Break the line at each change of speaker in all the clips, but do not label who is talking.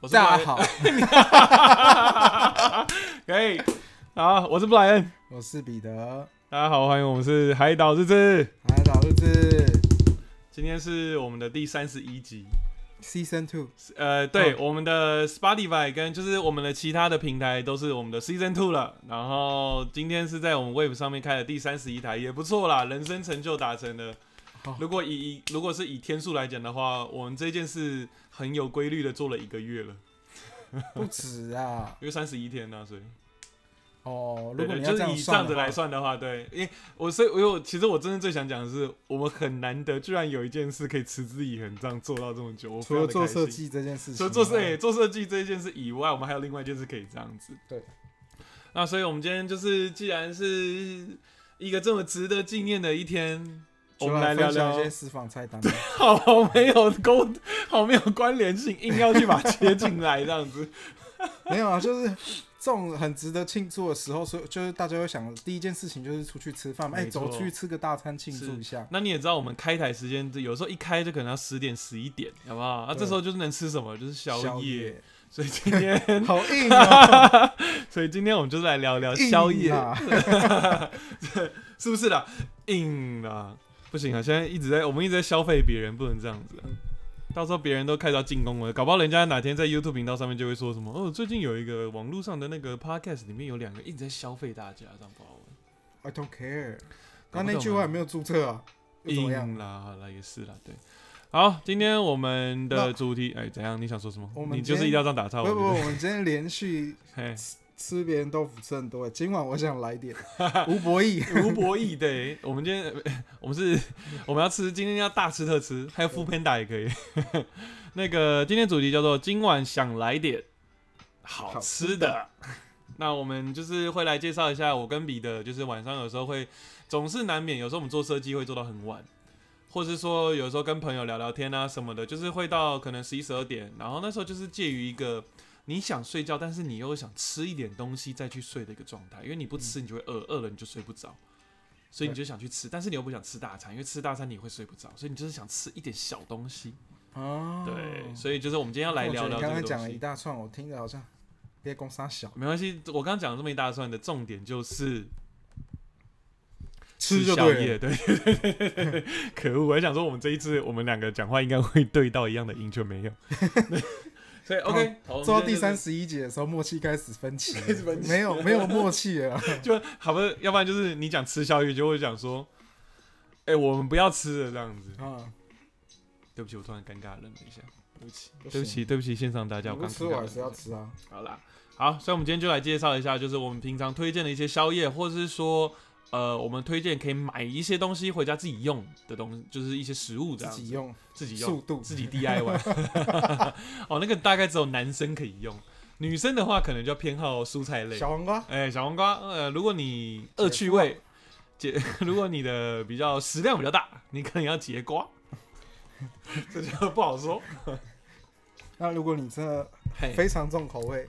我是布莱
大
恩
家，好，
可以。好，我是布莱恩，
我是彼得，
大家好，欢迎我们是海岛日志。
海岛日志
今天是我们的第三十一集，
Season Two，
呃，对，我们的 Spotify 跟就是我们的其他的平台都是我们的 Season Two 了。然后今天是在我们 Wave 上面开的第三十一台，也不错啦，人生成就达成了
好。
如果以以如果是以天数来讲的话，我们这件事很有规律的做了一个月了，
不止啊！
因为三十一天呢、所以
哦，如
对
果你要
就
这
是
样
以这样
算
子
的
来
话，
算的话，对，因为我所以我有其实我真的最想讲的是，我们很难得，居然有一件事可以持之以恒这样做到这么久，我
除了做设
计。
计这件事情以
除
外，
了做设计哎做设计这一件事以外，我们还有另外一件事可以这样子。
对，
那所以我们今天就是，既然是一个这么值得纪念的一天，我
就
们来聊
分享
聊
一些。私房 菜单吧。
好好没有沟，好没有关联性，硬要去把它切进来这样子。
没有啊，就是这种很值得庆祝的时候，所以就是大家会想，第一件事情就是出去吃饭嘛，哎、
没错
走出去吃个大餐庆祝一下。
那你也知道，我们开台时间有时候一开就可能要十点十一点，好不好？那、
对
这时候就是能吃什么，就是宵夜。
夜，
所以今天，
好硬啊！
所以今天我们就是来聊聊
硬
宵夜。
啊
是不是啦？硬啦，不行啊！现在一直在我们一直在消费别人，不能这样子、
嗯
啊。到时候别人都开始要进攻我了，搞不好人家哪天在 YouTube 频道上面就会说什么哦，最近有一个网络上的那个 Podcast 里面有两个一直在消费大家，这样不好玩。
，I don't care。
搞
刚
不懂啊
那句话有没有注册啊？又怎么样
硬？啦，好啦，也是啦，对。好，今天我们的
那
主题，哎，怎样？你想说什么
我？们
你就
今
是
天
一定要这样打岔，
不不不，
我
我
觉
们今天连续
得。
吃别人豆腐吃很多，欸今晚我想 来点吴博义。
嘿，吴博义，对，我们今天我们是我们要吃，今天要大吃特吃，还有 f o o Panda 也可以。 那个今天主题叫做“今晚想来点好吃的”。那我们就是会来介绍一下我跟彼得，就是晚上有时候会总是难免，有时候我们做设计会做到很晚，或是说有时候跟朋友聊聊天啊什么的，就是会到可能十一十二点，然后那时候就是介于一个你想睡觉，但是你又想吃一点东西再去睡的一个状态，因为你不吃你就会饿，饿了你就睡不着。所以你就想去吃，但是你又不想吃大餐，因为吃大餐你会睡不着，所以你就是想吃一点小东西。
哦，
对，所以就是我们今天要来聊
我觉得
聊这
你刚
个
刚讲
东
了一
西。
大串，我听着好像别公杀小，
没关系，我刚刚讲了这么一大串的重点就是
就
宵
对
夜，
了。
对可恶，我还想说我们这一次我们两个讲话应该会对到一样的音，却没有。 所以 OK，好，
做到第三
次
十一集的时候，默契开始分歧了，
开始分歧
没有没有默契 了。
就好不，要不然就是你讲吃宵夜就会讲说，哎、我们不要吃了这样子。
啊，
对不起，我突然尴尬愣了一下，对不起，
不行
对不起，对不起，线上大
你
家，我
不
刚
吃
尴尬
我还
愣
是
了
要
一下
吃啊。
好啦，好，所以我们今天就来介绍一下，就是我们平常推荐的一些宵夜，或者是说，呃，我们推荐可以买一些东西回家自己用的东西，就是一些食物这
自
样
己
子，
用
自己
速
用，
度，
自己 DIY。哦，那个大概只有男生可以用，女生的话可能就偏好蔬菜类。
小黄瓜
哎、小黄瓜，呃，如果你恶趣味，解， 如果你的比较食量比较大，你可能要节瓜， 这就不好说。
那如果你真的
嘿
非常重口 味，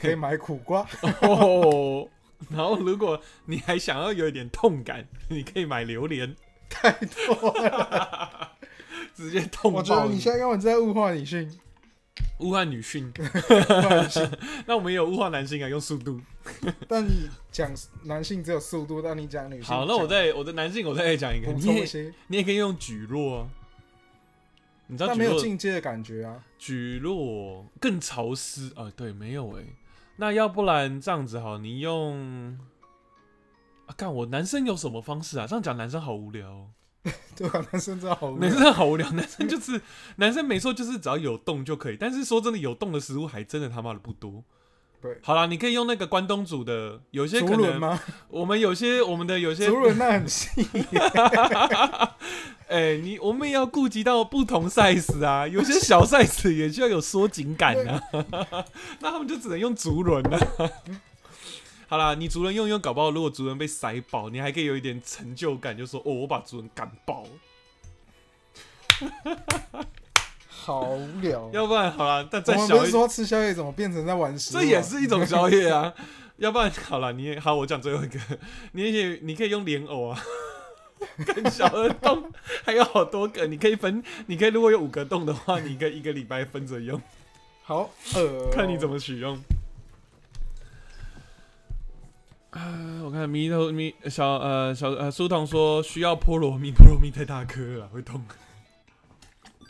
可以买苦瓜。
哦，然后如果你还想要有一点痛感，你可以买榴莲，
太多了，
直接痛爆
我觉得你现在根本在物化女性，
物化女性，
物化女 性。
那我们也有物化男性啊，用速度。
但你讲男性只有速度，但你讲女性
好，那我再我的男性我再讲一个，
讲补
你
充一
也
些，
你也可以用蒟蒻啊，你知道
但
蒟
没有
蒻
进阶的感觉啊。
蒟蒻更潮湿啊？对，没有哎、那要不然这样子好，你用啊，看我男生有什么方式啊？这样讲男生好无聊、哦。
对啊，男生真的好无
男
聊。
生好无聊，男生就是 男生没错，就是只要有动就可以。但是说真的，有动的食物还真的他妈的不多。
对，
好啦，你可以用那个关东煮的，有些
竹
可
轮
能
吗？
我们有些我们的有些
竹，轮那很细，
哎、你我们也要顾及到不同 size 啊，有些小 size 也需要有缩紧感啊， 那他们就只能用竹轮了、 好啦，你竹轮用一用，搞不好如果竹轮被塞爆，你还可以有一点成就感，就说哦，我把竹轮干爆。
好无聊。哦
要不然好啦，但再
我们
小
不
一
是说吃宵夜怎么变成在玩食物啊？
这也是一种宵夜啊。 要不然好了，你也好，我讲最后一个， 你也你可以用莲藕啊， 跟小的洞，还有好多个，你可以分，你可以如果有五个洞的话，你可以一个礼拜分着用。
好呃，
看你怎么取用。啊，我看迷头迷小呃小呃苏童说需要菠萝蜜，菠萝蜜太大颗了会痛，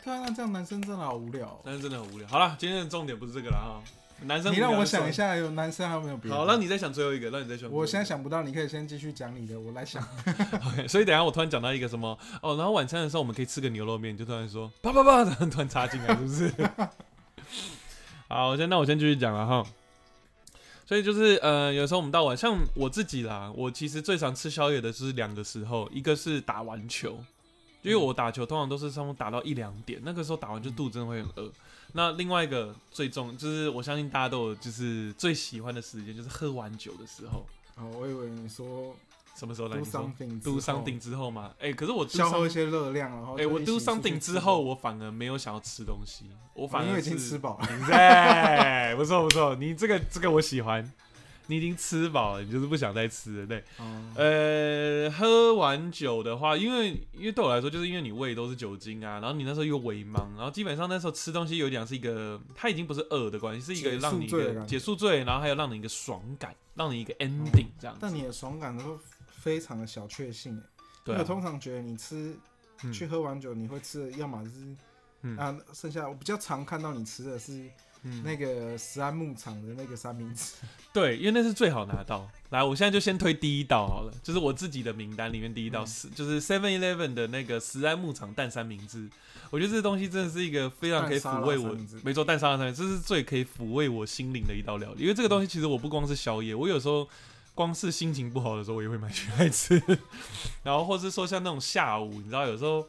对啊，那这样男生真的好无聊 哦、
但是真的很无聊。好了，今天的重点不是这个了哈，男生
你
无聊
让我
就算
想一
了。
下，有男生还有没有别的？
好，让你再想最后一个，让你再想最后一个。
我现在想不到，你可以先继续讲你的，我来想。
OK，所以等一下我突然讲到一个什么哦，然后晚餐的时候我们可以吃个牛肉面，你就突然说啪啪啪， 然后突然插进来，是不是？ 好，我先那我先继续讲了哈。所以就是呃，有时候我们到晚，像我自己啦，我其实最常吃宵夜的是两个时候，一个是打完球，因为我打球通常都是差不多打到一两点，那个时候打完就肚子真的会很饿。那另外一个最重就是我相信大家都有就是最喜欢的时间，就是喝完酒的时候。
哦，我以为你说
什么时候来？
do
你说
something
do
之后
something 之后嘛，哎、可是我 do
消耗
something
一些热量，然后
哎、
就
我
一
do
起出去
something
吃
之后，我反而没有想要吃东西，我反
因
而
为
是
已经吃饱 了。
对，不错不错，你这个这个我喜欢，你已经吃饱了，你就是不想再吃了。对，
哦
呃，喝完酒的话，因为因为对我来说，就是因为你胃都是酒精啊，然后你那时候又微茫，然后基本上那时候吃东西有点像是一个，它已经不是饿的关系，是一个
解
让
宿
你一
醉的
个
感
解宿醉，然后还有让你一个爽感，让你一个 ending 这样子。
但你的爽感都非常的小确幸耶，因
对
为我
啊、
通常觉得你吃
嗯
去喝完酒，你会吃的要么是
嗯
啊，剩下我比较常看到你吃的是
嗯
那个食安牧场的那个三明治，
对，因为那是最好拿到。来，我现在就先推第一道好了，就是我自己的名单里面第一道
嗯
是、就是 Seven Eleven 的那个食安牧场蛋三明治。我觉得这东西真的是一个非常可以
蛋沙拉
抚慰我
三明治，
没错，蛋沙拉三明治，这是最可以抚慰我心灵的一道料理。因为这个东西其实我不光是宵夜，我有时候光是心情不好的时候，我也会买去来吃。 然后或是说像那种下午，你知道有时候。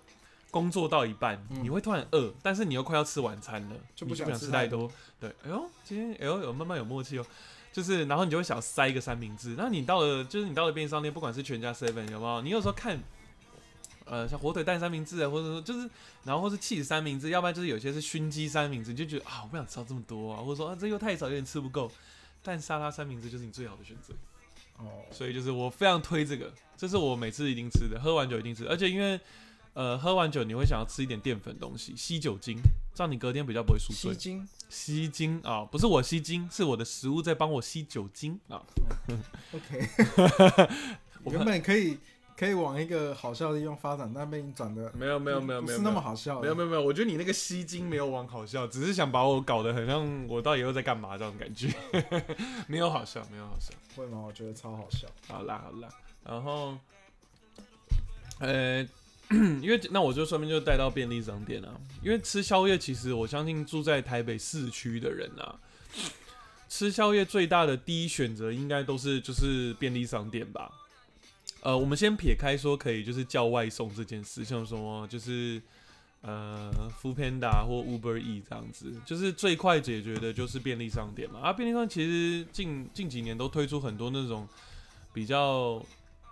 工作到一半，
嗯
你会突然饿，但是你又快要吃晚餐了，
就
你不
不想
想
吃
吃
太
太多。对，哎呦，今天哎呦，有慢慢有默契哦。就是，然后你就会想塞一个三明治。那你到了，就是你到了便利商店，不管是全家 seven 有没有，你有时候看，呃，像火腿蛋三明治啊，或者说就是，然后或是 cheese 三明治，要不然就是有些是熏鸡三明治，你就觉得啊，我不想吃到这么多啊，或者说啊，这又太少，有点吃不够。但沙拉三明治就是你最好的选择。
哦，
所以就是我非常推这个，这是我每次一定吃的，喝完酒一定吃，而且因为呃喝完酒你会想要吃一点淀粉东西，吸酒精，这样你隔天比较不会宿
吸
醉。
睛，
吸精啊、不是我吸精，是我的食物在帮我吸酒精啊。
OK，
我
原本可以可以往一个好笑的地方发展，但被你转的
没有没有没有
不
没
是
有
那么好笑了，
没有没有没有，我觉得你那个吸睛没有往好笑，只是想把我搞得很像我到底又在干嘛这种感觉， 没有好笑，没有好笑。
会吗？我觉得超好笑。
好啦好啦，然后，呃，因为那我就顺便就带到便利商店啊，因为吃宵夜，其实我相信住在台北市区的人啊，吃宵夜最大的第一选择应该都是就是便利商店吧。呃，我们先撇开说可以就是叫外送这件事，像什么就是呃 Food Panda 或 Uber E 这样子，就是最快解决的就是便利商店嘛。啊，便利商店其实近近几年都推出很多那种比较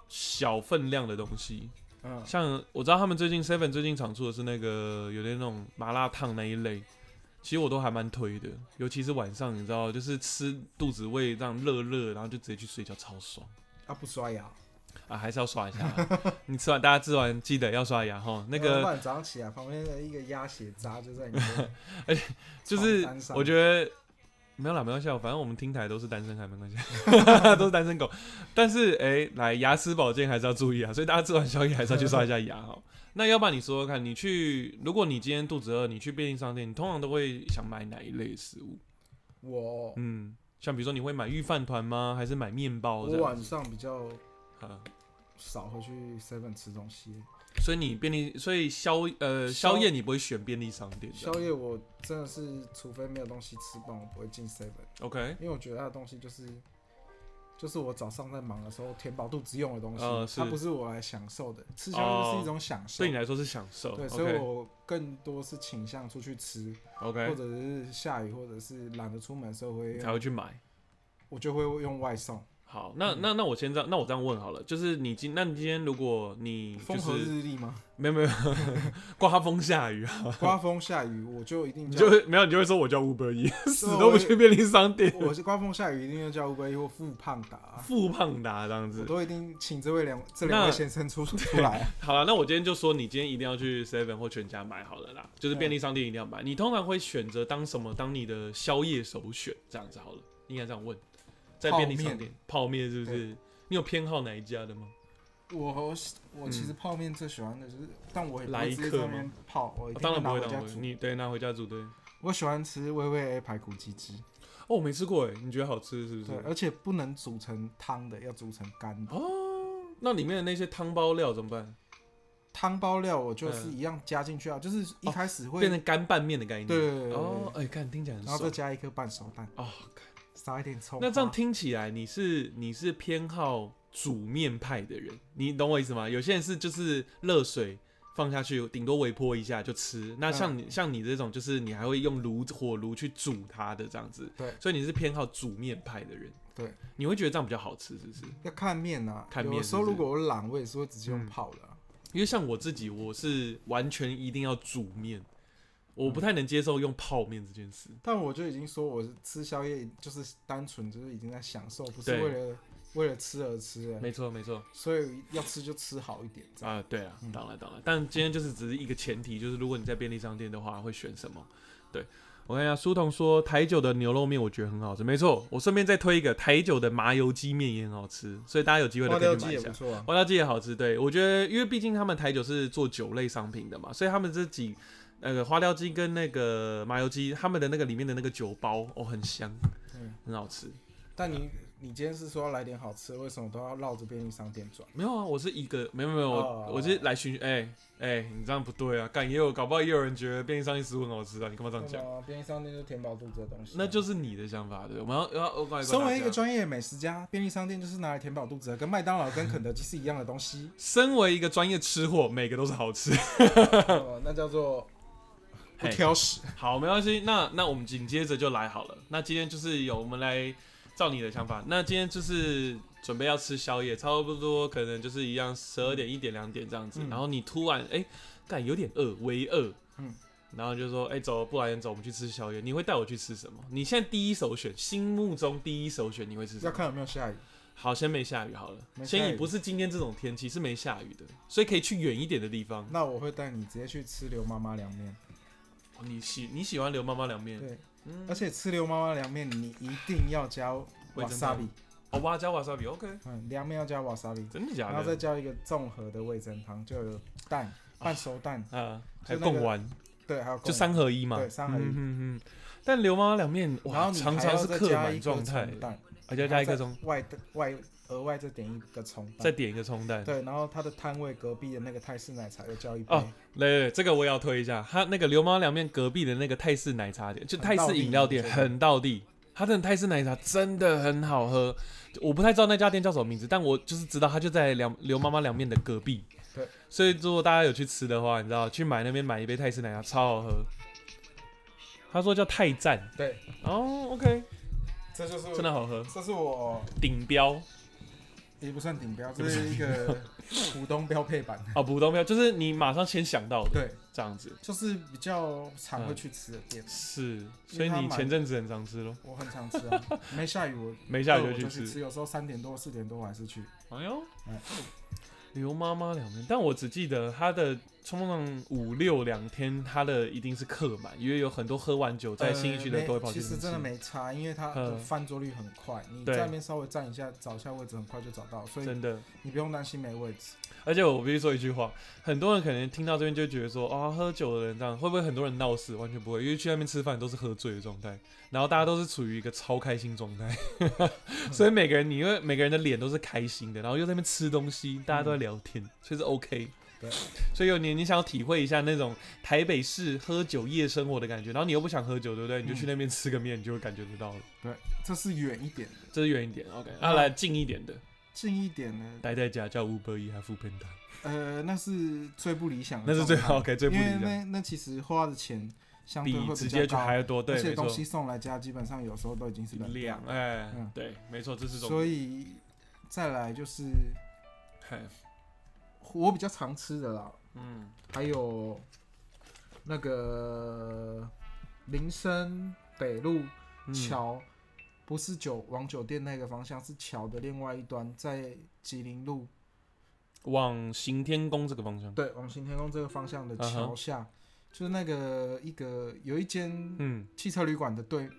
小分量的东西，
嗯，
像我知道他们最近 Seven 最近常出的是那个有点那种麻辣烫那一类，其实我都还蛮推的，尤其是晚上，你知道，就是吃肚子胃这样热热，然后就直接去睡觉，超爽
啊不刷牙，
啊！还是要刷一下啊、你吃完大家吃完记得要刷牙哈。那
要不
个，
然早上起来旁边的一个鸭血渣就在你的
而且就是我觉
得
得没有啦，没关系啊，反正我们听台都是单身汉，没关系， 都是单身狗。但是哎、来牙齿保健还是要注意啊，所以大家吃完宵夜还是要去刷一下牙哈。那要不然你说说看，你去，如果你今天肚子饿，你去便利商店，你通常都会想买哪一类食物？
我
嗯，像比如说你会买御饭团吗？还是买面包哦这
我
样
晚
子？
上比较
啊，
少会去 seven 吃东西，
所以你便利，所以宵呃
宵
宵夜你不会选便利商店这
宵
样
夜我真的是除非没有东西吃，不然我不会进 seven，
？OK，
因为我觉得它的东西就是。就是我早上在忙的时候填饱肚子用的东西，
呃是
它不是我来享受的。吃宵夜就是一种享受，
对你来说是享受。
对，所以我更多是倾向出去吃，或
OK
者是下雨，或者是懒得出门的时候会
OK
用
才会去买。
我就会用外送。
好，那那那我先这样，那我这样问好了，就是你今，那你今天如果你就
风和
是
日丽吗？
没有没有刮风下雨啊，
刮风下雨，我就一 定
你
叫
就，会没有，你就会说我叫 Uber E，死
啊我
都不去便利商店，
我是刮风下雨一定要叫乌龟或富胖达啊，
富胖达这样
我
子。
都一定请这位两这两
那
位先生出出来啊。
好了，那我今天就说你今天一定要去 Seven 或全家买好了啦，就是
对
便利商店一定要买。你通常会选择当什么当你的宵夜首选？这样子好了，应该这样问，在便利商店泡面是不是？你有偏好哪一家的吗？
我我其实泡面最喜欢的就是，但我也不
嗯来
会
一
直接
客
在那
吗
边泡，我一
啊
定
当
会
然不
拿
会，
回
当
家
然不会。
煮。
你对拿回家煮对。哦
我喜欢吃微微 A 排骨鸡汁，
哦，我没吃过哎，你觉得好吃是不
对，
是？
而且不能煮成汤的，要煮成干的。
哦，那里面的那些汤包料怎么办？
汤包料我就是
嗯
一样加进去啊，就是一开始会
变，成干拌面的概念。
对对对对对
哦，哎，看听起来很
然后再
爽。
加一颗半熟蛋，
哦，
撒一点葱啊花。
那这样听起来，你是你是偏好煮面派的人，你懂我意思吗？有些人是就是热水放下去，顶多微波一下就吃。那像
嗯
你、像你这种，就是你还会用炉火炉去煮它的这样子。
对
所以你是偏好煮面派的人。
对，
你会觉得这样比较好吃，是不是？
要看面啊，
看面
有时候
是不是
如果我懒，我也是会直接用
嗯
泡的啊。
因为像我自己，我是完全一定要煮面，我
嗯
不太能接受用泡面这件事。
但我就已经说，我是吃宵夜就是单纯就是已经在享受，不是
对
为了为了吃而吃啊了，
没错，没错。
所以要吃就吃好一点。这样
啊，对
嗯
啊，当然当然，但今天就是只是一个前提，就是如果你在便利商店的话，会选什么？对我看一下，书童说台酒的牛肉面我觉得很好吃，没错，我顺便再推一个台酒的麻油鸡面也很好吃，所以大家有机会的
花
可
雕
以去
鸡
买一
也
下
不。错啊。
花雕鸡也好吃，对我觉得，因为毕竟他们台酒是做酒类商品的嘛，所以他们这几那个花雕鸡跟那个麻油鸡，他们的那个里面的那个酒包哦，很香，
嗯，
很好吃。
但你你今天是说要来点好吃，为什么都要绕着便利商店转？
没有啊，我是一个，没有没有，
哦
我我是来寻，哎、哎、你这样不对啊！干也有，搞不好也有人觉得便利商店食物很好吃啊，你干嘛这样
对
讲？
啊，便利商店就是填饱肚子的东西啊。
那就是你的想法，对，我们要要要怪怪
身
大
为一个
家。。
专业美食家，便利商店就是拿来填饱肚子的，跟麦当劳跟肯德基是一样的东西
身为一个专业吃货，每个都是好 吃。
哦，那叫做不
嘿
挑食。
好，没关系。那那我们紧接着就来好了。那今天就是有我们来照你的想法。那今天就是准备要吃宵夜，差不多可能就是一样，十二点、一点、两点这样子。
嗯
然后你突然哎，干、有点饿，微饿，
嗯
然后就说哎、走，不然走，我们去吃宵夜。你会带我去吃什么？你现在第一首选，心目中第一首选你会吃什
要
么？
看有没有下雨。
好，先没下雨好了，
没
先
下
以
雨
不是今天这种天气是没下雨的，所以可以去远一点的地方。
那我会带你直接去吃刘妈妈凉面。
哦你喜你喜欢刘妈妈凉面，
对，
嗯
而，且吃刘妈妈凉面，你一定要加
味
瓦
噌
萨
汤
比，
哦，哇加瓦萨比，OK，
嗯，凉面要加瓦萨比，
真的假的？
然后再加一个综合的味噌汤，就有蛋、半熟蛋，
啊，还
就
有
那个
贡丸，
对，还有贡
就三合一嘛，
对三合一
嗯嗯嗯。但刘妈妈凉面
然后
哇，
你
常
还
常
要
是
再
客
加一
满
个
状态
葱，蛋，
而啊且加一颗
然
葱
后，再外嗯的外额外再点一个葱蛋
再，点一个葱蛋。
对，然后他的摊位隔壁的那个泰式奶茶又叫一杯，
哦对对，对这个我也要推一下，他那个刘妈妈凉面隔壁的那个泰式奶茶店，就泰式饮料店
很道地
很道地。他的泰式奶茶真的很好喝，我不太知道那家店叫什么名字，但我就是知道它就在凉刘妈妈凉面的隔壁。
对，
所以如果大家有去吃的话，你知道去买那边买一杯泰式奶茶超好喝。他说叫泰赞
对，
哦，OK，
这就是
真的好喝，
这是我
顶标
也不算顶标，这是一个浦东标配版，
啊，普通标就是你马上先想到的
对，
这样子。
就是比较常
嗯
会去吃的店，
是，
因
所
为
以
它
你
蛮
前阵子很常吃咯，
我很常吃啊，没下雨我
没 下雨
对我
就
就
去吃。
吃，有时候三点多四点多我还是去，
哎呦
哎，
刘妈妈两天，但我只记得她的冲浪五六两天，她的一定是客满，因为有很多喝完酒在新一区的
呃
都会跑
没
去
其
吃。
实真的没差，因为它的
嗯
翻桌率很快，你
对
在那边稍微站一下，找一下位置，很快就找到，所以
真的。
你不用担心没位置。
而且我必须说一句话，很多人可能听到这边就觉得说，啊、喝酒的人这样会不会很多人闹事？完全不会，因为去那边吃饭都是喝醉的状态，然后大家都是处于一个超开心状态， 所以每个人你会每个人的脸都是开心的，然后又在那边吃东西，大家都在聊天，所以是 OK
对。
所以有你你想要体会一下那种台北市喝酒夜生活的感觉，然后你又不想喝酒，对不对？你就去那边吃个面，你就会感觉得到了。
对，这是远一点的，
这是远一点，OK。啊，
嗯
来近一点的，
近一点的，
待在家叫吴伯一还副喷他，
呃，那是最不理想的
那
状态，
是最 OK 最不理
因为
想。
那那其实花的钱相对
比
会
直
比
接
较
去
高，
还要多，
而
对，
且
没
东
错，
西送来家基本上有时候都已经是冷掉
量，
了，
哎
嗯，
对，没错，这是种，
所以再来就是
嘿
我比较常吃的啦，
嗯，
还有那个林森北路
嗯
桥，不是酒往酒店那个方向，是桥的另外一端，在吉林路
往行天宫这个方向，
对往行天宫这个方向的
嗯
桥
哼
下，就是那个一个有一间
嗯
汽车旅馆的对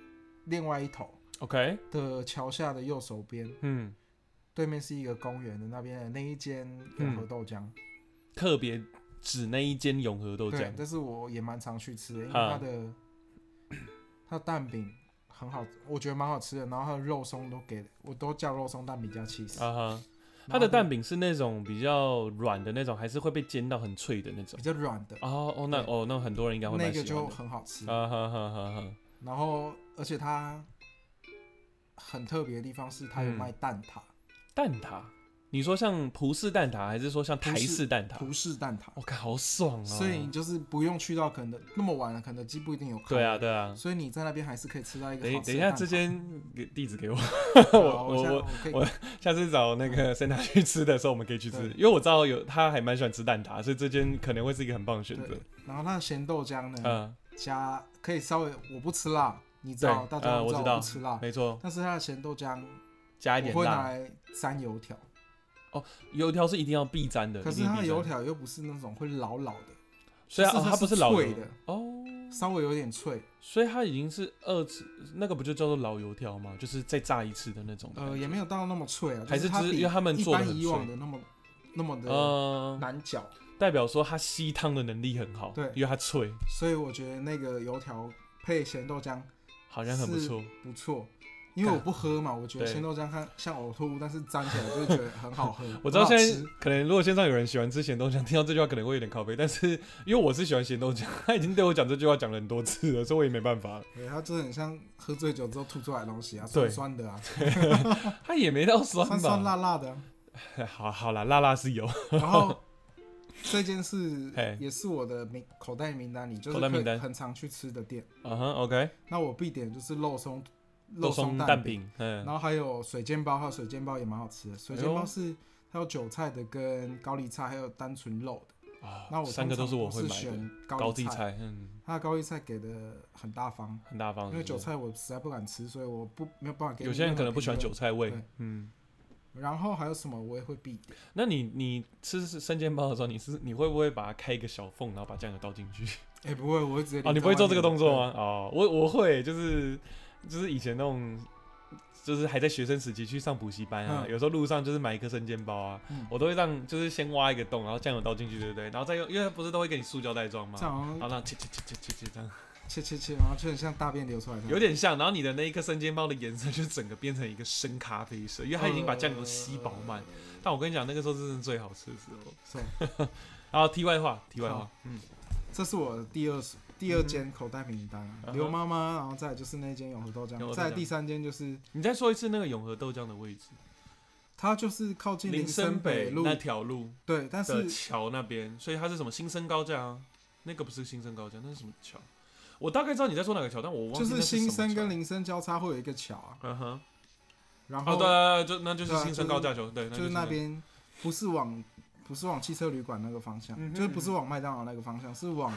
另外一头
，OK，
的桥下的右手边，
嗯，
对面是一个公园的那边的那一间永和豆浆，
特别指那一间永和豆
对
浆，，
但是我也蛮常去吃的，因为
啊
它的 它的蛋饼很好，我觉得蛮好吃的。然后它的肉松都给，我都叫肉松蛋饼加 cheese。
啊哈，
然后
它的蛋饼是那种比较软的那种，还是会被煎到很脆的那种
比？较软的，
哦哦，那
对
哦那很多人应该会
那
蛮
个
喜
就
欢的。
很好吃。
啊哈哈哈哈，
然后而且它很特别的地方是它有
嗯
卖蛋挞，
蛋挞，你说像葡式蛋挞，还是说像台
葡式
式蛋挞？
葡式蛋挞，
我靠，好爽哦！
所以你就是不用去到肯德那么晚了，肯德基不一定有开。
对啊，对啊，
所以你在那边还是可以吃到一个
等一
好
等
吃的
一下，
蛋挞
这间给地址给我，
好
我
我现在
我
我可以
我下次找那个 Santa 去吃的时候，我们可以去吃
对，
因为我知道有他还蛮喜欢吃蛋挞，所以这间可能会是一个很棒的选择
对。，然后它的咸豆浆呢，
嗯，
加可以稍微我不吃辣，你知道
对
大家
呃
都
我知
知道
道
不吃辣，
没错，
但是它的咸豆浆
加一
嗯我
点
会拿
辣，
来沾油条，
油条是一定要必沾的，
可
一
是
定
它
必
的
沾
油，条又不是那种会老老的，
所以
就是
哦，它不是
是
老
脆
油
的，
哦，
稍微有点脆，
所以它已经是二次，那个不就叫做老油条吗？就是再炸一次的那种的感
呃，
觉。
也没有到那么脆啊，
还
就是它
只是
比
因为他们
一
做得
般
很
以往
脆
的那么那么的
嗯、
难嚼，
代表说它吸汤的能力很好，
对
因为它脆，
所以我觉得那个油条配咸豆浆
好像很不
是
错。
不错。因为我不喝嘛，我觉得
对
咸豆浆看像呕吐物，但是沾起来就会觉得很好喝
。我知道
很好
现
吃
在可能如果线上有人喜欢吃咸豆浆，听到这句话可能会有点靠背，但是 因为我是喜欢咸豆浆，他已经对我讲这句话讲了很多次了， 所以我也没办法。
对，它真的很像喝醉酒之后吐出来的东西啊，
对
酸酸 的啊，
他也没到酸吧？
酸酸辣辣的啊、
好好啦，辣辣是有
然后这件
嘿
事也是我的名口袋名单里，就是
口袋
可以
名单
很常去吃的店。
嗯哼 o k
那我必点就是肉松
肉
肉
松
蛋
蛋，饼，嗯
然，后还有水煎包，还有水煎包也蛮好吃的。水
哎
煎包是它有韭菜的、跟高丽菜，还有单纯肉的。
啊
那我
三个都
通
是
常
我会
是
买的，
选高
高地
菜，
菜，嗯，
它的高丽菜给的很大方，
很大方。
因为韭
哦是不是
菜我实在不敢吃，所以我不没有办法给你
有些人
任何
可能不喜欢
评
韭
论。
菜味
对，
嗯。
然后还有什么我也会必点。
那你你吃生煎包的时候，你是你会不会把它开一个小缝，然后把酱油倒进去？
哎、不会，我会直接
哦，你
淋在
不会
外
做这个
面
动作？吗？哦，我我会，就是就是以前那种，就是还在学生时期去上补习班啊，
嗯
有时候路上就是买一颗生煎包啊，
嗯
我都会让就是先挖一个洞，然后酱油倒进去，对不对？然后再用，因为它不是都会给你塑胶袋装吗
对这？样
然后
好像
让切切切切切切这样，
切切切，然后就很像大便流出来这样。
有点像。然后你的那一颗生煎包的颜色就整个变成一个深咖啡色，因为它已经把酱油吸饱满。但我跟你讲，那个时候真是最好吃的时候。
是吧，
然后题外话，题外话
好，
嗯，
这是我的第二第二间口袋名单啊
嗯，哼
刘妈妈，然后再来就是那间永和豆
永和
浆，
豆
再来
浆
第三间就是
你再说一次那个永和豆浆的位置，
它就是靠近
林森
森
北
路，
那条路。
对，但
的
是
桥那边，所以它是什么新生高架啊？那个不是新生高架，那是什么桥？我大概知道你在说哪个桥，但我忘
就
记那
是
什么
新生
桥
跟林森交叉会有一个桥啊，
嗯哼，
然
哦
后
对，就那就是
对啊
新生高架桥，对，
就是那，边不是往不是往汽车旅馆那个方向
嗯，哼
就是不是往麦当劳那个方向，是往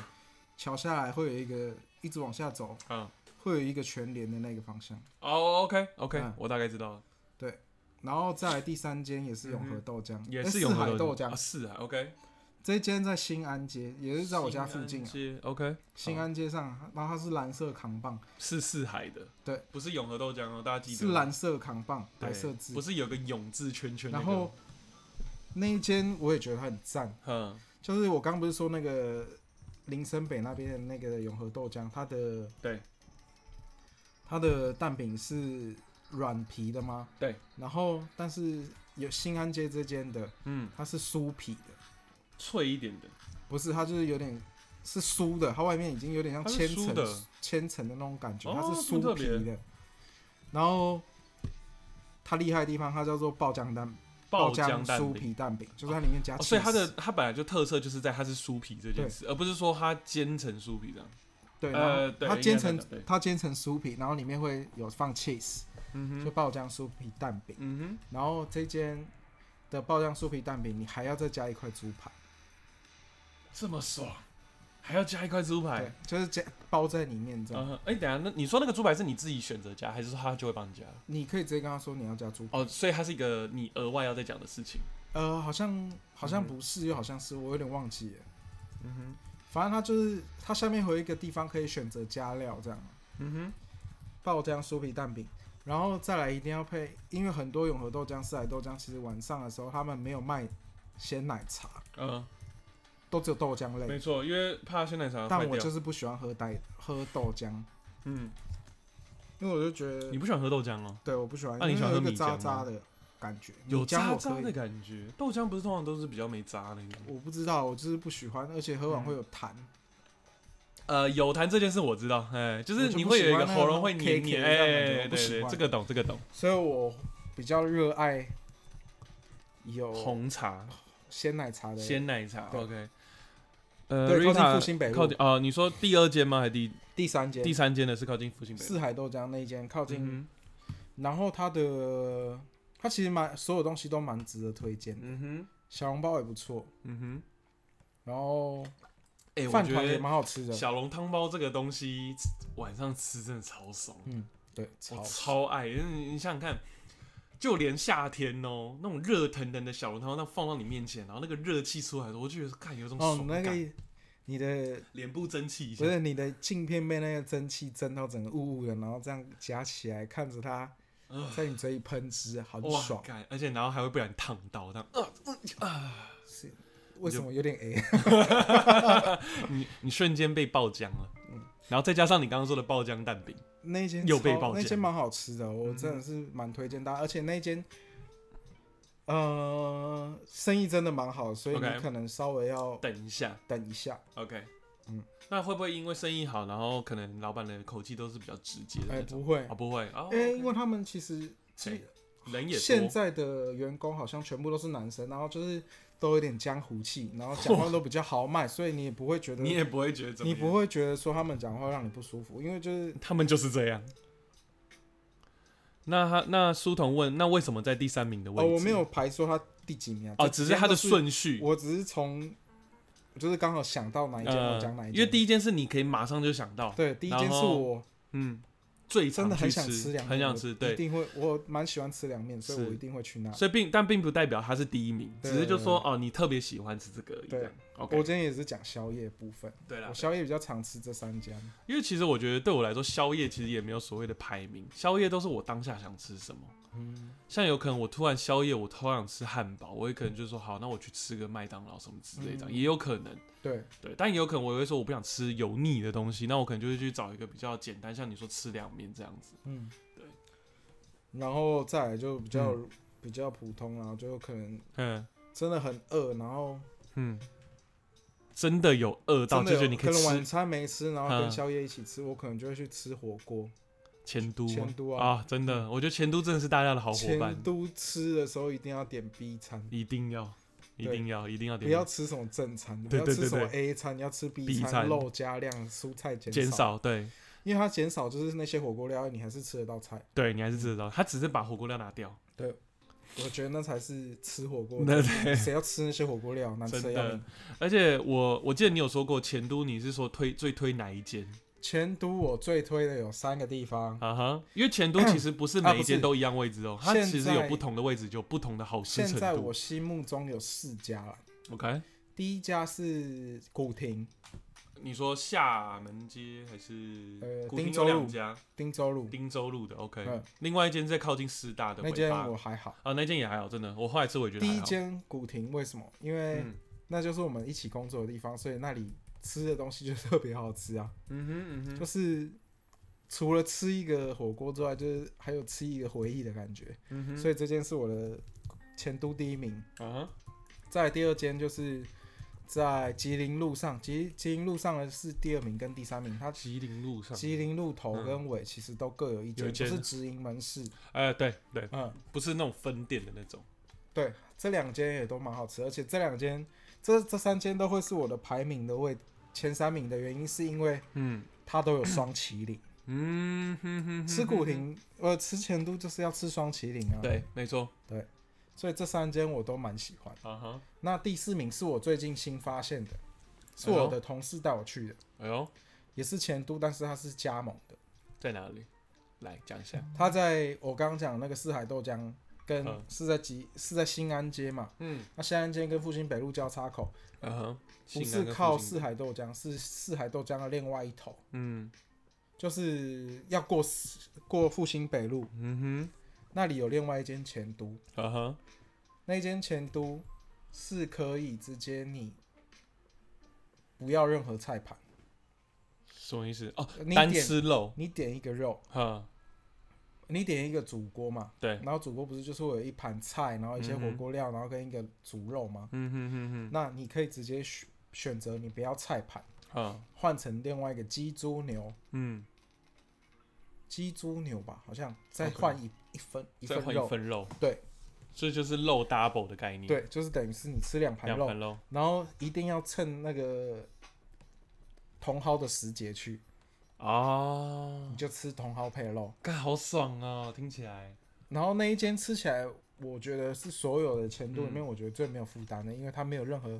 桥下来会有一个一直往下走，
嗯，
会有一个全联的那个方向。
哦，OK OK，
嗯
我大概知道了，
然后再来第三间也是永和豆浆，
嗯也
诶
是永
哎四海
和
豆
浆，啊
浆。
四海 OK，
这间在新安街，也是在我家附近啊。
街 OK，
新安街上，然后它是蓝色扛棒，
是四海的，
对，
不是永和豆浆哦，大家记得
是蓝色扛棒，
对
白色字
不。是有个永字圈圈那
然
个，
后那一间我也觉得很赞，
嗯，
就是我刚刚不是说那个林森北那边的那个永和豆浆，它的
对，
它的蛋饼是软皮的吗？
对。
然后但是有新安街这间的，
嗯，
它是酥皮的，
脆一点的，
不是它就是有点是酥的，它外面已经有点像
它是
千
酥
层
的
千层的那种感觉，
哦
它是
这么特
酥皮
别
的。然后它厉害的地方，它叫做爆浆蛋爆
浆蛋
酥
饼。
皮蛋饼，就是它里面加、
哦、所以它的它本来就特色就是在它是酥皮这件事，而不是说它煎成酥皮这样。
对，然
呃
后
对
它煎成
应该这样讲对
它煎成酥皮，然后里面会有放 cheese，
嗯
就
哼，
爆酱酥皮蛋饼。
嗯
然后这间的爆酱酥皮蛋饼，你还要再加一块猪排，
哼，这么爽，还要加一块猪排
对。，就是加包在里面这样。
嗯哼，哎、等一下，那你说那个猪排是你自己选择加，还是说他就会帮你加？
你可以直接跟他说你要加猪排。
哦，所以它是一个你额外要再讲的事情。
呃，好像好像
嗯
不是，又好像是，我有点忘记了。
嗯哼，
反正它就是它下面会有一个地方可以选择加料这样。
嗯哼，
爆浆酥皮蛋饼，然后再来一定要配，因为很多永和豆浆、四海豆浆，其实晚上的时候他们没有卖鲜奶茶，
嗯、
都只有豆浆类。
没错，因为怕鲜奶茶坏
但我
掉。
就是不喜欢喝奶喝豆浆，
嗯，
因为我就觉
你
得，
不喜欢喝豆浆哦？
对，我不喜欢，
啊你喜欢
因为有一
喝
个
米
渣
浆
渣
吗
的感觉，米
有
浆
渣
我
渣
可
的
以，
感觉，豆浆不是通常都是比较没渣那个。
我不知道，我就是不喜欢，而且喝完会
嗯
有痰，
呃，有痰这件事我知道，哎，就
我
是
就
你
不
会
喜
有一
欢
个
那
喉
种
咙会
K-K
黏黏，
的
哎、
那种感觉
对
我不喜
对，
欢
这个懂，这个懂。
所以我比较热爱有
红茶、
鲜奶茶的。
鲜奶茶
对
，OK。呃，
对，靠近
Rita
复兴北
靠
路
近啊、你说第二间吗？还是第
第三间
第三间的是靠近复兴北路？
四海豆浆那一间，靠近
嗯
然后它的它其实蛮所有东西都蛮值得推荐
哼，
的，
嗯哼，
小笼包也不错，
嗯哼。
然后
哎、我
饭
觉
团也
得
蛮好吃的，
小笼汤包这个东西晚上吃真的超爽，
嗯，对，
我
超
超爱。因为你你想想看，就连夏天哦、那种热腾腾的小笼汤包那放到你面前，然后那个热气出来的时候，我就觉得看有一种
哦
爽，
那
感，
个你的
脸部蒸汽一下
不。是你的镜片被那个蒸汽蒸到整个雾雾的，然后这样夹起来看着它
啊
在你嘴里喷汁，很
哇，
爽。
干而且然后还会不然烫到，这样呃
是为什么有点 A？
你你瞬间被爆浆了，然后再加上你刚刚说的爆浆蛋饼，
那间
又被
超
爆
那
浆嗯
间蛮好吃的，我真的是蛮推荐大家，而且那间。呃，生意真的蛮好，所以你
OK
可能稍微要
等一下
等一下。
，OK，
嗯，
那会不会因为生意好，然后可能老板的口气都是比较直接的
哎、
那种？
不会
啊，，不会哦
因为因为他们其实
谁人也
现
多，
在的员工好像全部都是男生，然后就是都有点江湖气，然后 讲话都比较豪迈，所以你也不会觉得
你也不会觉得怎么
你
样，
不会觉得说他们讲话让你不舒服，因为就是
他们就是这样。那他那书童问，那为什么在第三名的位
哦，
置？
我没有排说他第几名啊，
哦，
这
只
几
是
间
他的
都是，
顺序。
我只是从就是刚好想到哪一件我
呃
讲哪一，
因为
件，
第一件事你可以马上就想到，
对第一件
然
是
后
我
嗯，最
真的
常去
很想
吃
凉面，
很想
我
吃，
一
对，
定会，我蛮喜欢吃凉面，所以
是
我一定会去那。
所以并但并不代表它是第一名，
对
只是就说哦，你特别喜欢吃这个而已，
对
这样
我
，OK，
今天也是讲宵夜部分，
对啊啦
我，宵夜比较常吃这三家。
因为其实我觉得对我来说，宵夜其实也没有所谓的排名，宵夜都是我当下想吃什么。
嗯，
像有可能我突然宵夜，我突然想吃汉堡，我也可能就说好，那我去吃个麦当劳什么之类的，
嗯
也有可能。
对，
对，但也有可能我会说我不想吃油腻的东西，那我可能就会去找一个比较简单，像你说吃凉面这样子。
嗯，
对。
然后再来就比较、比较普通，然后就可能
嗯
真的很饿，然后
嗯，真的有饿到
真
就
的
觉得
有
你可
可
以
能晚
吃
餐没吃，然后
嗯
跟宵夜一起吃，我可能就会去吃火锅。
前都吗
前都啊
啊，真的，我觉得前都真的是大家的好伙伴
前，都吃的时候一定要点 B 餐，
一定要，一
对
定要，一定要
不
点
要吃什么正餐，不
对
要
对
吃
对
什么
对
A 餐，你要吃 B
B 餐
肉加量，蔬菜减
减少，对
因为它减少就是那些火锅料，你还是吃得到菜。
对，你还是吃得到，他只是把火锅料拿掉，
我觉得那才是吃火锅
那
的，
对，
谁要吃那些火锅料，难吃
真
得要
的
命。。
而且我我记得你有说过前都，你是说推最推哪一间？
前都我最推的有三个地方，
啊哈，因为前都其实不是
啊
每
不
一间
啊是
都一样位置哦，它
现
其实有
在
不同的位置，就有不同的好吃
现
程
在
度
我。心目中有四家了。
OK，
第一家是古亭，
你说厦门街还是
呃
古亭有
汀州
两
路
家，
汀州路
汀州路的 OK，、
嗯
另外一间在靠近师大的
那
尾
间
巴
我还好。
啊，那间也还好，真的，我后来吃我也觉得
第
还
一
好。
间古亭为什么？因为
嗯
那就是我们一起工作的地方，所以那里吃的东西就特别好吃啊。
嗯哼嗯哼，
就是除了吃一个火锅之外，就是还有吃一个回忆的感觉。
嗯哼，
所以这间是我的前都第一名。
啊哈，
再来第二间就是在吉林路上，吉吉林路上的是第二名跟第三名，它
吉林路上，
吉林路头跟尾其实都各有一间，
有一
不
间
是直营门市。
哎、对对，
嗯，
不是那种分店的那种，
对，这两间也都蛮好吃，而且这两间这这三间都会是我的排名的位前三名的原因，是因为
嗯，
它都有双麒麟。
嗯哼哼哼，
吃古亭呃吃前都就是要吃双麒麟啊。
对，没错，
所以这三间我都蛮喜欢。
啊哈，
那第四名是我最近新发现的，是
哎呦
我的同事带我去的，
哎呦，
也是前都，但是它是加盟的。
在哪里？来讲一下，
它在我刚刚讲那个四海豆浆跟
嗯
是在吉是在新安街嘛，
嗯，
那新安街跟复兴北路交叉口，
啊哈，
不
新安
是
跟
靠
复兴
四海豆浆，是四海豆浆的另外一头，
嗯
就是要过四过复兴北路
嗯
那里有另外一间前都，
哼，啊哈，
那间前都是可以直接你不要任何菜盘，
什么意思？哦，
你
单
点
吃肉，
你点一个肉，
哈，
你点一个煮锅嘛，
对，
然后煮锅不是就是会有一盘菜，然后一些
嗯
火
哼
锅料，然后跟一个煮肉吗？
嗯哼哼
那你可以直接选选择你不要菜盘，
哼，哈，
换成另外一个鸡猪牛，
嗯，
鸡猪牛吧，好像再
OK
换一一分一
哦再
份
换
肉
一，份肉，
对，
这就是肉 double 的概念，，
对，就是等于是你吃两盘
两
肉，
盘肉，
然后一定要趁那个茼蒿的时节去，
哦
你，就吃茼蒿配肉。
干好爽
啊
哦，听起来，
然后那一间吃起来，我觉得是所有的前度里面，
嗯
我觉得最没有负担的，因为它没有任何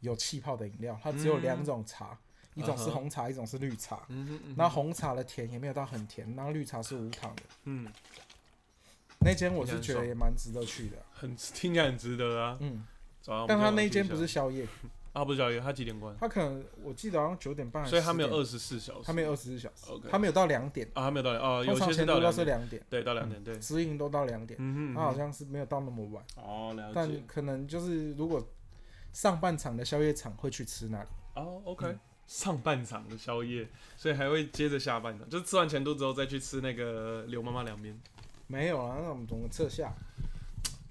有气泡的饮料，它只有两种茶，一种是
嗯嗯哼
红茶，一种是绿茶。
嗯哼嗯哼
那红茶的甜也没有到很甜，然后绿茶是无糖的。
嗯，
那间我
也
是
很
觉得
爽
也蛮值得去的，
很听起来很值得啊，
嗯，
早上我们
但
就
他
要
那
去
间
一下
不是宵夜，
啊，不是宵夜，他几点关？
他可能我记得好像九点半，
所以他没有，二十四小时，
他没有二十四小时，
OK
他没有到两点，
啊，他没有到两哦，有
通常
些
前
是
度
到
都
两
是
点，
两点，嗯
对，到两点，对，
直营都到两点，
嗯
他好像是没有到那么晚。
哦，了解
但，可能就是如果上半场的宵夜场会去吃那里，
哦，OK，上
嗯
半场的宵夜，所以还会接着下半场，就是吃完前都之后再去吃那个刘妈妈凉面，
没有啊，那我们怎么撤下？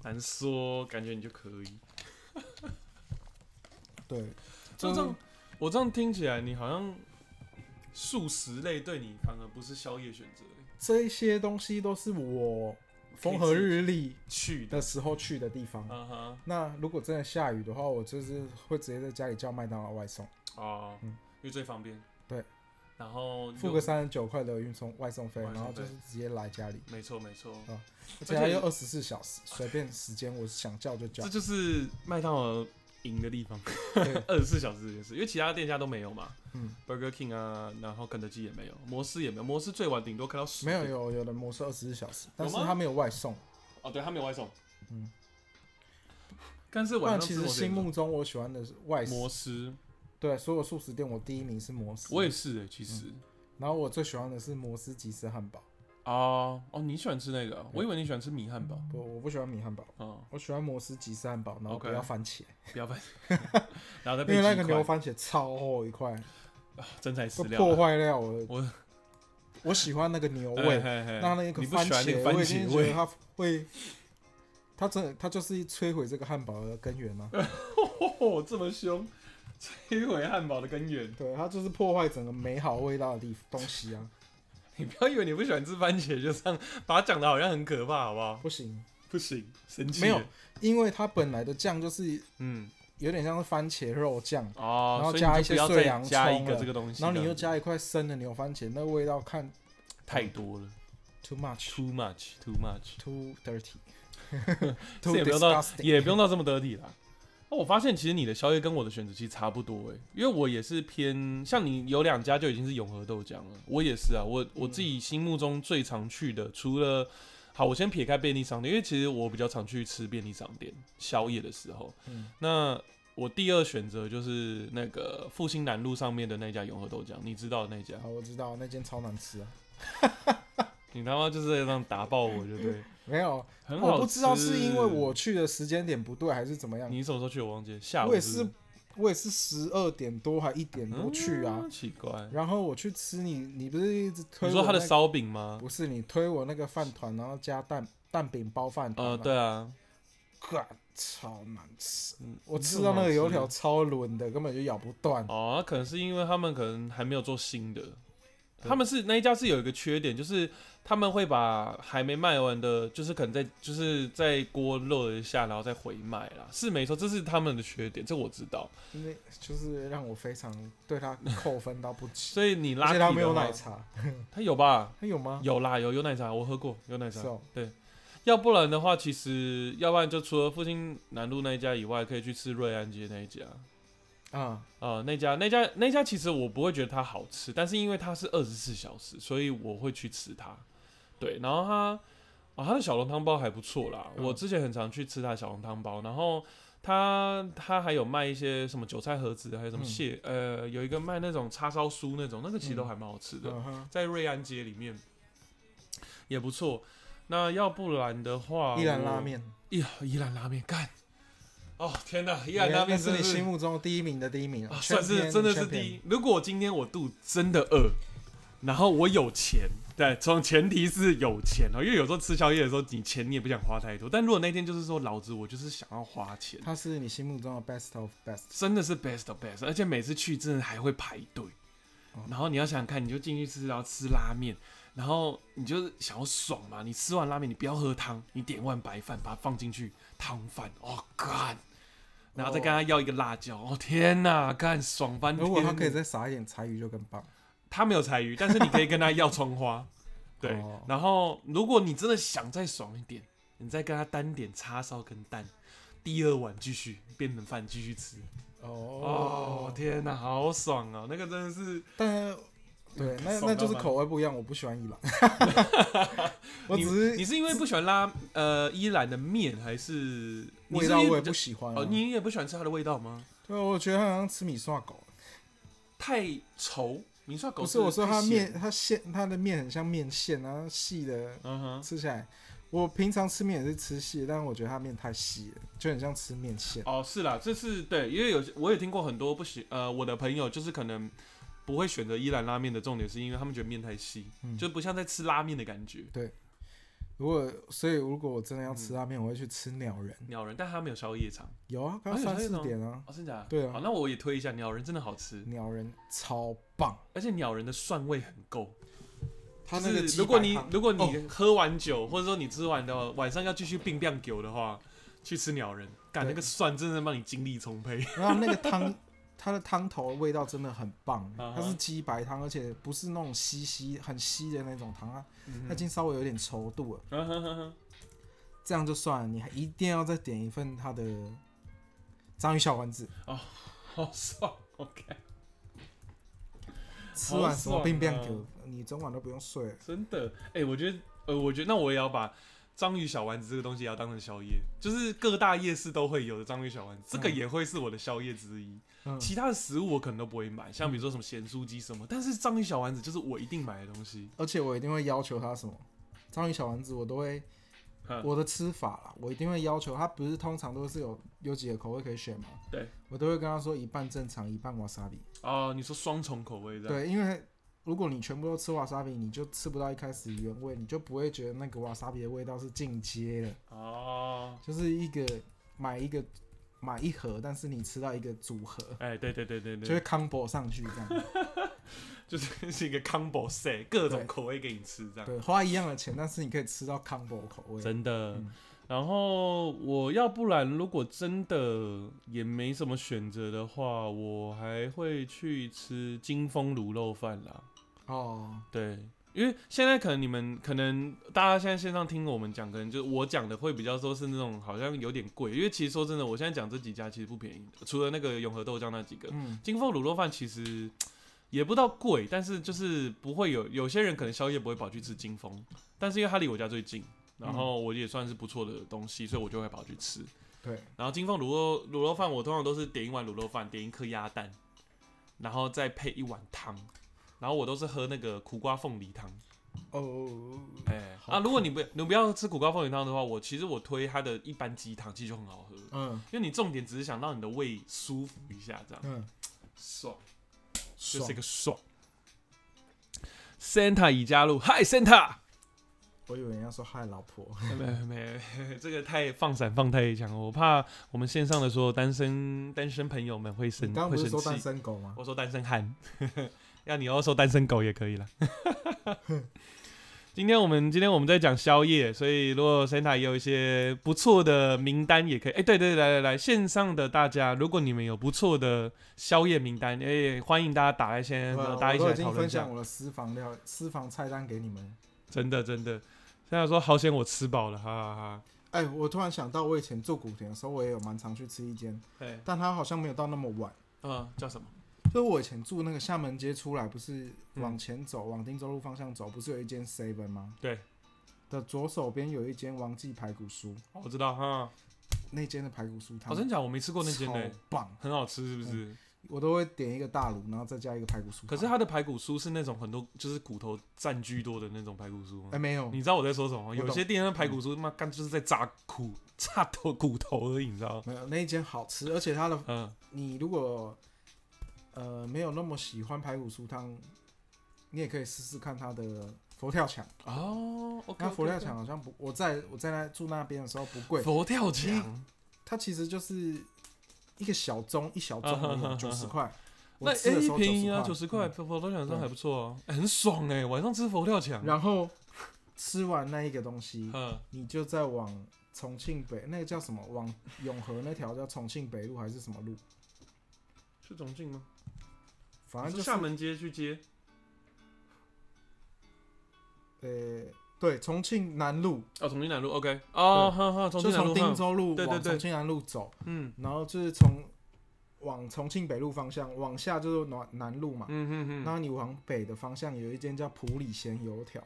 难说，感觉你就可
嗯
以，
对，
就
嗯
这样，我这样听起来，你好像素食类对你反而不是宵夜选择
这一些东西都是我风和日丽
去的，
的时候去的地方。
嗯哼，
那如果真的下雨的话，我就是会直接在家里叫麦当劳外送，
哦，
嗯
因为最方便，
对，
然后又
付个三十九块的运送外送费，
外送
然后
费
就是直接来家里，
没错没错，
而
且
且它又二十四小时，随便时间我想叫就叫
这。就是麦当劳赢的地方， 二十四小时这件事，因为其他店家都没有嘛
嗯，
，Burger King 啊，然后肯德基也没有，摩斯也没有，摩斯最晚顶多开到十
没
点
有有有的模式二十四小时，但
有
是
吗
它没有外送。
哦，对他没有外送，
嗯，
但是晚上
但
吃
其实
摩斯也
心
不
目中我喜欢的是外
错摩
送，
斯，
对，所有素食店我第一名是摩斯，
我也是哎，其
嗯
实
然后我最喜欢的是摩斯吉士汉堡，
哦哦，你喜欢吃那个啊，我以为你喜欢吃米汉堡，
不，我不喜欢米汉堡，
哦，
我喜欢摩斯吉士汉堡，然后
OK
不要番茄
不 要饭，然后再
因
配
为那个
鸡
牛
块，
番茄超厚一块，
真材实
都
料
破
啊，
坏掉我的。
我
我喜欢那个牛
哎
味，
嘿嘿
那那个
你不喜欢那个番
我已
茄
经觉得
味，
它会，它真的它就是摧毁这个汉堡的根源啊！
哦，这么凶，摧毁汉堡的根源。
对，它就是破坏整个美好味道的地东西啊！
你不要以为你不喜欢吃番茄就这样把它讲的好像很可怕，好不好？
不行，
不行，生气。
没有，因为它本来的酱就是
嗯，
有点像是番茄肉酱，
哦，
然后
所以
加
你
一
就
些
不要
碎
再
洋
加
葱
一个
了
这个东西，
然后你
这
又
样子
加一块生的牛番茄，那味道看
太多了
too much。
，too much，too much，
too dirty，
这
too
也不用到
disgusting
也不用到这么得体啦。那我发现其实你的宵夜跟我的选择其实差不多诶、因为我也是偏像你有两家就已经是永和豆浆了，我也是啊，我我自己心目中最常去的，除了好，我先撇开便利商店，因为其实我比较常去吃便利商店宵夜的时候，
嗯
那我第二选择就是那个复兴南路上面的那家永和豆浆，你知道的那家，
好，我知道那间超难吃啊，
你他妈就是这样打爆我就对，
没有，
很好吃。
我不知道是因为我去的时间点不对还是怎么样，
你什么时候去我忘记了，下午
我也
是
是我也是十二点多还一点多去啊
嗯，奇怪。
然后我去吃你，你不是一直
你
推我
说他的
那个
烧饼吗？
不是你推我那个饭团，然后加蛋蛋饼包饭团，
呃，，对啊，
干超难吃，
嗯
我吃到那个油条
这么好
超软的，根本就咬不断
吃。哦，那可能是因为他们可能还没有做新的，
对
他们是那一家是有一个缺点，就是他们会把还没卖完的，就是可能在就是在锅热一下，然后再回卖啦，是没错，这是他们的缺点，这我知道。
因为就是让我非常对他扣分到不行。
所以你 拉
而且
皮
他
的
没有
话
奶，茶，
他有吧？
他有吗？
有啦，有有奶茶，我喝过，有奶茶
是。哦，
要不然的话，其实要不然就除了复兴南路那一家以外，可以去吃瑞安街那一家。
啊，
呃，那家那家那家其实我不会觉得它好吃，但是因为它是二十四小时，所以我会去吃它。对，然后它啊，它的小笼汤包还不错啦，
嗯
我之前很常去吃它的小笼汤包，然后。它它还有卖一些什么韭菜盒子，还有什么
嗯
蟹，呃，有一个卖那种叉烧酥那种，那个其实都还蛮好吃的。
嗯哼，
在瑞安街里面也不错。那要不然的话，
依然拉
我，
面，
伊伊兰拉面干。哦天哪，伊
那
兰拉面
是
真
你
的
心目中第一名的第一名
啊，
啊，
算是真的是第
一。
一。如果今天我肚子真的饿，然后我有钱，对，从前提是有钱哦，因为有时候吃宵夜的时候，你钱你也不想花太多。但如果那天就是说，老子我就是想要花钱，
他是你心目中的 best of best，
真的是 best of best，而且每次去真的还会排队
哦。
然后你要想想看，你就进去吃，然后吃拉面，然后你就是想要爽嘛。你吃完拉面，你不要喝汤，你点碗白饭，把它放进去汤饭，哦干，然后再跟他要一个辣椒，哦天哪，干爽翻天！
如果他可以再撒一点柴鱼就更棒。
他没有柴鱼，但是你可以跟他要葱 花，对
哦。
然后如果你真的想再爽一点，你再跟他单点叉烧跟蛋，第二碗继续变成饭继续吃，哦，天哪，好爽啊！那个真的是，
但对，那
爽
那
到
就是
翻
口味不一样，我不喜 欢伊朗。我只是
你是因为不喜欢拉呃伊兰的面，还是你
味
是
道
因
我
为
也不喜欢啊、
哦，你也不喜欢吃它的味道吗？
对，啊我觉得它好像吃米刷狗。啊
太稠，你说狗
不是我说它
它
面，，它馅，它的面很像面线，然后细的，
嗯哼，
吃起来。我平常吃面也是吃细的，但我觉得它面太细了，就很像吃面线。
哦是啦，这是对，因为有些我也听过很多不喜呃我的朋友就是可能不会选择伊兰拉面的重点是因为他们觉得面太稀，
嗯
就不像在吃拉面的感觉。
如果所以如果我真的要吃
嗯
拉面，我会去吃鸟人。
鸟人，但他没有宵夜场
有啊，刚
啊有
三
这
四
种
点啊，
哦，真假的？
对啊
好，那我也推一下鸟人，真的好吃，
鸟人超棒。
而且鸟人的蒜味很够。
它
就
那个
是
鸡
如果
白
你
汤哦
如果你喝完酒，或者说你吃完的晚上要继续病病酒的话，去吃鸟人，干
对
那个蒜真的让你精力充沛。
然后那个汤， 它的汤头味道真的很棒，
啊哈
它是鸡白汤，而且不是那种稀稀很稀的那种汤啊，它已经稍微有点稠度了。
嗯哼哼哼
这样就算了，你还一定要再点一份它的章鱼小丸子。
好爽，OK，
吃完什么病变
好
给
爽
我，你整晚都不用睡了。
真的，哎、我觉得，呃，我觉得那我也要把章鱼小丸子这个东西也要当成宵夜，就是各大夜市都会有的章鱼小丸子，这个
嗯
也会是我的宵夜之一。
嗯，
其他的食物我可能都不会买，像比如说什么咸酥鸡什么，但是章鱼小丸子就是我一定买的东西。
而且我一定会要求它什么章鱼小丸子，我都会
嗯
我的吃法啦，我一定会要求它，不是通常都是有有几个口味可以选吗？
对，
我都会跟他说一半正常，一半 wasabi。
哦、你说双重口味这样？
对，因为如果你全部都吃瓦萨比，你就吃不到一开始原味，你就不会觉得那个瓦萨比的味道是进阶的，
哦，
就是一个买一个买一盒，但是你吃到一个组合，
哎、对对对对对，
就会 combo 上去 这样。
就是 是一个 combo set，各种
对
口味给你吃这样。
对，花一样的钱，但是你可以吃到 combo 口味。
真的
嗯。
然后我要不然，如果真的也没什么选择的话，我还会去吃金丰卤肉饭啦。
哦，
对，因为现在可能你们可能大家现在线上听我们讲，可能就是我讲的会比较说是那种好像有点贵，因为其实说真的，我现在讲这几家其实不便宜，除了那个永和豆浆那几个，
嗯，
金凤卤肉饭其实也不到贵，但是就是不会有有些人可能宵夜不会跑去吃金凤，但是因为它离我家最近，然后我也算是不错的东西，所以我就会跑去吃。
对，
然后金凤卤肉卤肉饭，我通常都是点一碗卤肉饭，点一颗鸭蛋，然后再配一碗汤，然后我都是喝那个苦瓜凤梨汤。
哦，
哎、
好
啊，如果你不你不要吃苦瓜凤梨汤的话，我其实我推它的一般鸡汤，其实就很好喝，
嗯
因为你重点只是想让你的胃舒服一下，这样
嗯，
爽。就
爽
是一个爽。Santa 已加入，Hi Santa，
我以为人家说嗨老婆，
没没， 这个太放闪放太强了，我怕我们线上的所有单身单身朋友们会生
你刚刚
会
不是
生
说单
气。
身狗吗？
我说单身汉， 要你要说单身狗也可以了。 今天我们今天我们在讲宵夜，所以如果 Santa 也有一些不错的名单，也可以。哎、对对，对来来来，线上的大家，如果你们有不错的宵夜名单，哎、欢迎大家打来先，
啊我
呃大家一起
都
来讨
已经
论一
分
下
享。我的私房料、私房菜单给你们。
真的真的，现在说好险我吃饱了，哈哈哈。
哎、我突然想到，我以前住古田的时候，我也有蛮常去吃一间，
对，
但它好像没有到那么晚。
嗯，叫什么？
就是我以前住那个厦门街出来，不是
嗯
往前走，往汀州路方向走，不是有一间 Seven 吗？
对，
的左手边有一间王记排骨酥，
哦我知道哈。
那间的排骨酥
好
汤
真假我没吃过那间呢、
超棒，
很好吃是不是？
我都会点一个大卤，然后再加一个排骨酥汤。
可是它的排骨酥是那种很多就是骨头占居多的那种排骨酥吗
哎、？没有，
你知道我在说什么吗？
我
有
懂
些店的排骨酥，妈干就是在炸骨、 炸头骨头而已，你知道吗？
没有那一间好吃，而且它的
嗯，
你如果呃没有那么喜欢排骨酥汤，你也可以试试看它的佛跳墙。
哦，OK，
那佛跳墙好像不，我在我在那住那边的时候不贵，
佛跳墙，
它其实就是一个小盅，一小盅 而已，九十块。
那
我吃的时
哎
候
便宜啊，九
90
十块，
嗯
佛佛跳墙上还不错哦，哎很爽哎，晚上吃佛跳墙，
嗯然后吃完那一个东西，
嗯，
你就再往重庆北那个叫什么？往永和那条叫重庆北路还是什么路？
是重庆吗？
反正
是
就是
厦门街去接，
呃，对，重庆南路，
哦，重庆南路，OK，哦，哈哈，重
就
庆南路，
从汀
哈
州路
对对
往
对
重庆南路走，
嗯
然后就是从往重庆北路方向往下就是南南路嘛。
嗯嗯
然
嗯，
后你往北的方向有一间叫普里咸油条，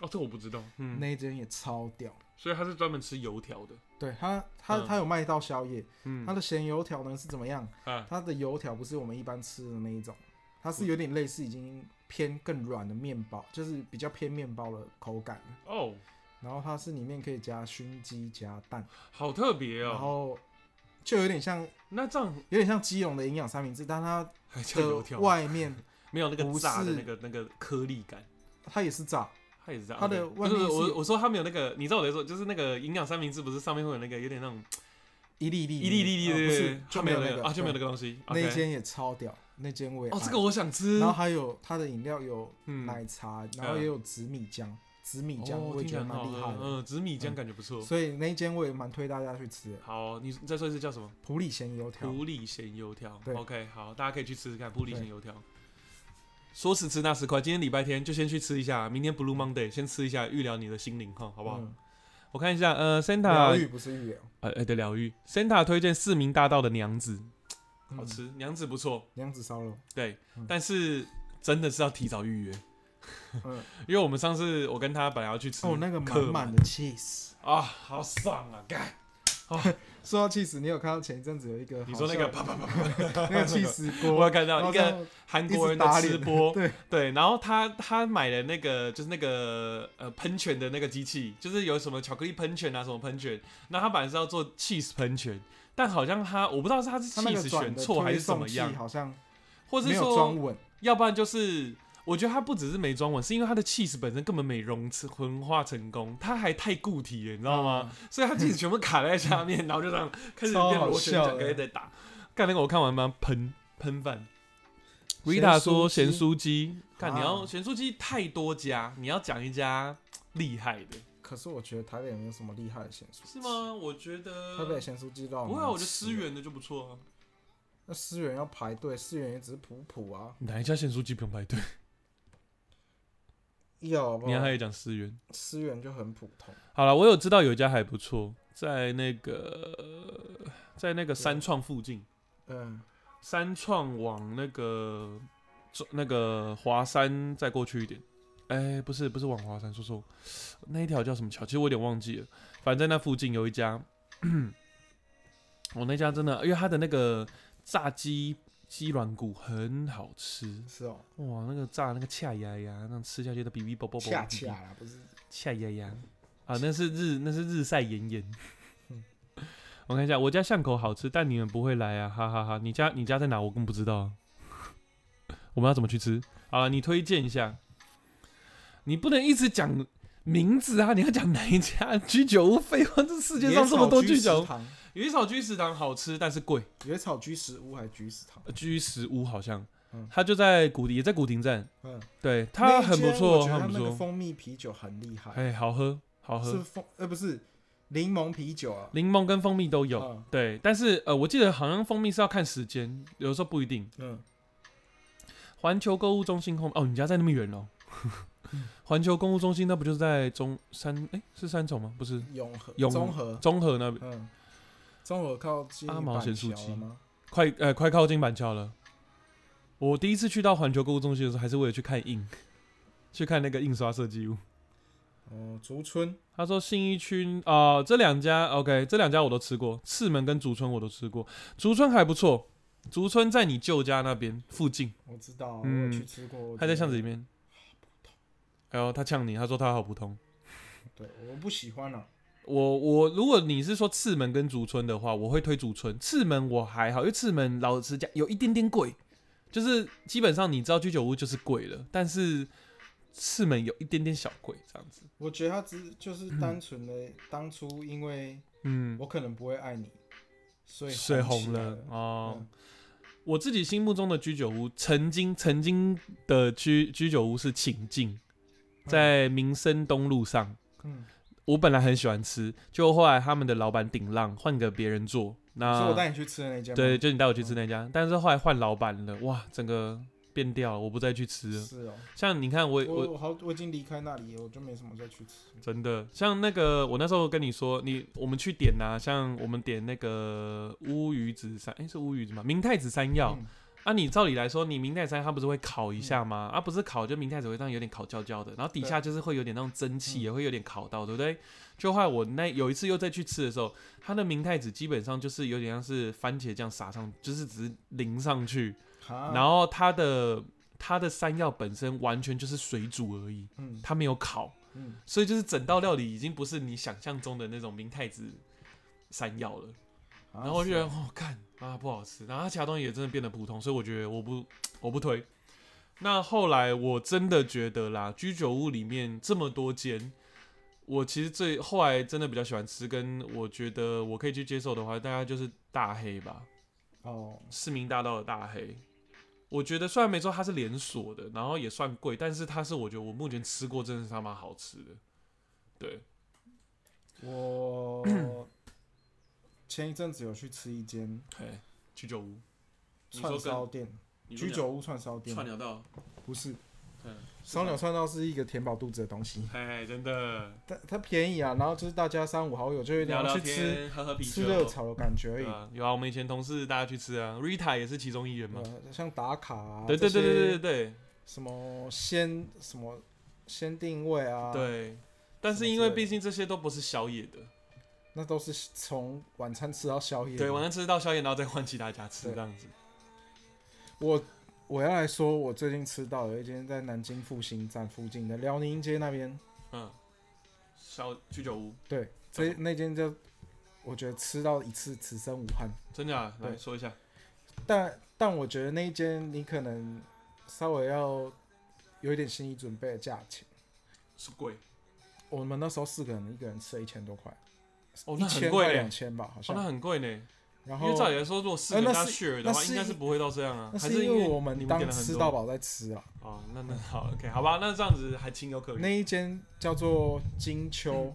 哦，这我不知道，嗯，
那一间也超屌。
所以它是专门吃油条的，
对它，它
嗯
它有卖到宵夜，
嗯
它，的咸油条呢是怎么样？
啊，
它的油条不是我们一般吃的那一种，它是有点类似已经偏更软的面包，就是比较偏面包的口感。
哦，
然后它是里面可以加熏鸡加蛋，
好特别
然
哦，
后就有点像
那这样
有点像基隆的营养三明治，但它
还叫油
的
条吗？
外面
没有那个
不
炸的
是
那个那个颗粒感。
它也是炸，
它也是这样，
它的
OK
外
不是
面是
我
有
我说它没有那个，你知道我在说，就是那个营养三明治，不是上面会有那个有点那种
一粒一粒
一粒一粒一
呃
粒，
不
对
是
对
就
它没有
那
那个啊，就没有那
对
个东西。
那
OK
一间也超屌，那间我也
哦，
爱
这个我想吃，
然后还有它的饮料有
嗯
奶茶，然后也有紫米浆，紫米浆
哦
我也
听起
觉
来
得
很
蛮
好
厉害
喝，
的，
嗯，紫米浆感觉不错。
所以那一间我也蛮推大家去吃的。
好，哦你再说一次叫什么？
普里咸油条，
普里咸油条
对。
OK，好，大家可以去吃吃看普里咸
对
油条。说时迟那时快，今天礼拜天就先去吃一下，明天 Blue Monday 先吃一下，预疗你的心灵哈，好不好？
嗯
我看一下，呃
疗
，Santa
愈不是预疗，
呃呃对疗愈，Santa 推荐四明大道的娘子，
嗯
好吃，娘子不错，
娘子烧肉，
对，
嗯
但是真的是要提早预约，
嗯，
因为我们上次我跟他本来要去吃，
哦，那个满
客
满
满
的 cheese。
啊，好爽啊！干，
说到 cheese，你有看到前一阵子有一个
你说那个
好
啪
笑
啪啪，
的那个 cheese
我有
锅，
看
然
到
后
一
这
个
样
韩
一
国
直
人的
打
吃
脸，
播，
对，
对，然后他他买了那个就是那个呃喷泉的那个机器，就是有什么巧克力喷泉啊，什么喷泉，那他本来是要做 cheese 喷泉，但好像他我不知道是他是
他那个
cheese
转
选
的
错还
推
是怎
送
么
器
样，
好像
或是
没有
说
装稳，
要不然就是，我觉得它不只是没装稳，是因为它的 cheese 本身根本没融混化成功，它还太固体了，你知道吗？
嗯
所以它 cheese 全部卡在下 面，然后就这样开始
超
变
好
螺旋
笑
桨，
的
开始在打。干那个我看完蛮喷喷饭。
咸
Rita
酥
说
鸡
咸酥鸡，看你要
啊
咸酥鸡太多家，你要讲一家厉害的，
可是我觉得台北也没有什么厉害的咸酥
是？
鸡
吗？我觉得
台北的咸酥鸡肉
不会啊，
蛮
我觉得
吃
思
的
源的就不错啊。
那思源要排队，思源也只是普普啊，
哪一家咸酥鸡不用排队？
有好不
你
好
还有讲思源。
思源就很普通，
好了，我有知道有一家还不错，在那个在
啊
那个三创附近，
嗯，
三创往那个中那个华山再过去一点。哎、不是不是往华山，说说那一条叫什么桥？其实我有点忘记了，反正在那附近有一家，我、那家真的，因为它的那个炸鸡鸡软骨很好吃，
是哦，
哇，那个炸那个恰呀呀，那吃下去的哔哔啵啵啵，
恰恰啦，不是，
恰呀呀 啊，那是日那是日晒炎炎
嗯。
我看一下，我家巷口好吃，但你们不会来啊，哈哈哈你家你家在哪？我更不知道啊。我们要怎么去吃？好了，你推荐一下。你不能一直讲名字啊，你要讲哪一家居酒屋？废话，这世界上这么多居
野
酒
草哦居食
屋，
堂，
有一草居食堂好吃，但是贵。
野草居食屋还是居食堂？
居食屋好像
嗯
它就在古也在古亭站，
嗯，
对，它
那一
呃很不
间
错，哦
我觉得
很
它
不
那个
错，
蜂蜜啤酒很厉害，
哎，好喝，好
是
喝，
蜂呃不是柠檬啤酒啊，
柠檬跟蜂蜜都有，
嗯
对，但是呃，我记得好像蜂蜜是要看时间，有的时候不一定。
嗯，
环球购物中心后哦，你家在那么远哦。环球购物中心那不就是在中山？哎、是三重吗？不是，
永和
永
综合，
中和那边
嗯，综合靠近
阿毛咸酥
板桥
鸡
了吗？
快呃快靠近板桥了。我第一次去到环球购物中心的时候，还是为了去看印， 去看那个印刷设计物。
哦，竹村，
他说信义区啊、呃这两家 OK，这两家我都吃过，赤门跟竹村我都吃过，竹村还不错，竹村在你舅家那边附近，
我知道，我
嗯
有去吃过，我
他在
觉
巷子
得
里面。哎呦，他呛你，他说他好普通。
对，我不喜欢啊。
我我如果你是说赤门跟竹村的话，我会推竹村。赤门我还好，因为赤门老实讲有一点点贵，就是基本上你知道居酒屋就是贵了，但是赤门有一点点小贵这样子。
我觉得他只就是单纯的，当初因为
嗯，
我可能不会爱你，所以
水
红
红
起来
了哦。
嗯
我自己心目中的居酒屋，曾经曾经的居居酒屋是请进，在民生东路上。
嗯，
我本来很喜欢吃，就后来他们的老板顶浪换个别人做，那
是我带你去吃的那间
啊
吗？
对，，就你带我去吃那家，但是后来换老板了，哇，整个变掉了，我不再去吃了。
是哦。
像你看我
我
我
我好，我已经离开那里了，我就没什么再去吃。
真的像那个我那时候跟你说，你我们去点呐、像我们点那个乌鱼子山，诶，是乌鱼子吗？明太子山药、
嗯
啊，你照理来说，你明太子山它不是会烤一下吗？啊，不是烤就明太子会这样有点烤焦焦的，然后底下就是会有点那种蒸汽，
嗯
也会有点烤到，对不对？就后来我那有一次又再去吃的时候，它的明太子基本上就是有点像是番茄酱撒上，就是只是淋上去，
哈，
然后它的它的山药本身完全就是水煮而已，
嗯
它没有烤，
嗯，
所以就是整道料理已经不是你想象中的那种明太子山药了。然后我就觉得，哦，看啊，不好吃。然后它其他东西也真的变得普通，所以我觉得我不我不推。那后来我真的觉得啦，居酒屋里面这么多间，我其实最后来真的比较喜欢吃，跟我觉得我可以去接受的话，大概就是大黑吧。
哦，
市民大道的大黑，我觉得虽然没错它是连锁的，然后也算贵，但是它是我觉得我目前吃过真的是他妈好吃的。对，
我前一阵子有去吃一间
嘿，居酒屋，你说
串
跟
烧店，
你说
居酒屋串烧
鸟
店，
串鸟道，
不是
嗯，
烧鸟串烧是一个填饱肚子的东西，
嘿，真的
它它便宜啊，然后就是大家三五好友就会
聊聊
去吃
天，喝喝啤
吃热
酒，
炒的感觉而
对
已。
啊，有啊，我们以前同事大家去吃啊，Rita 也是其中一员嘛。
对啊像打卡啊，
嗯对对对对对对
什么先什么先定位啊，
对，对，但是因为毕竟这些都不是宵夜的，
那都是从晚餐吃到宵夜。
对，晚上吃到宵夜，然后再换其他家吃
对
这样子。
我我要来说，我最近吃到有一间在南京复兴站附近的辽宁街那边，
嗯，小居酒屋，
对，
怎么
这那间就我觉得吃到一次此生无憾。
真的啊，来
对
说一下。
但但我觉得那一间你可能稍微要有一点心理准备的价钱。
是贵
我们那时候四个人，一个人吃了一千多块，
哦，
一
那很
千块
贵
两
嘞，
千吧，好
哦，那
像。
很贵呢。因
然后
为照理来说，如果四个人
呃
大
那
家
是
share 的
那
话，
是
应该是不会到这样啊，
那
还
是因为我
你
们
们点
当
了很
吃
多
到饱在吃啊。
哦，那那好，OK，好吧，那这样子还情有可
那
原。
一间叫做金秋，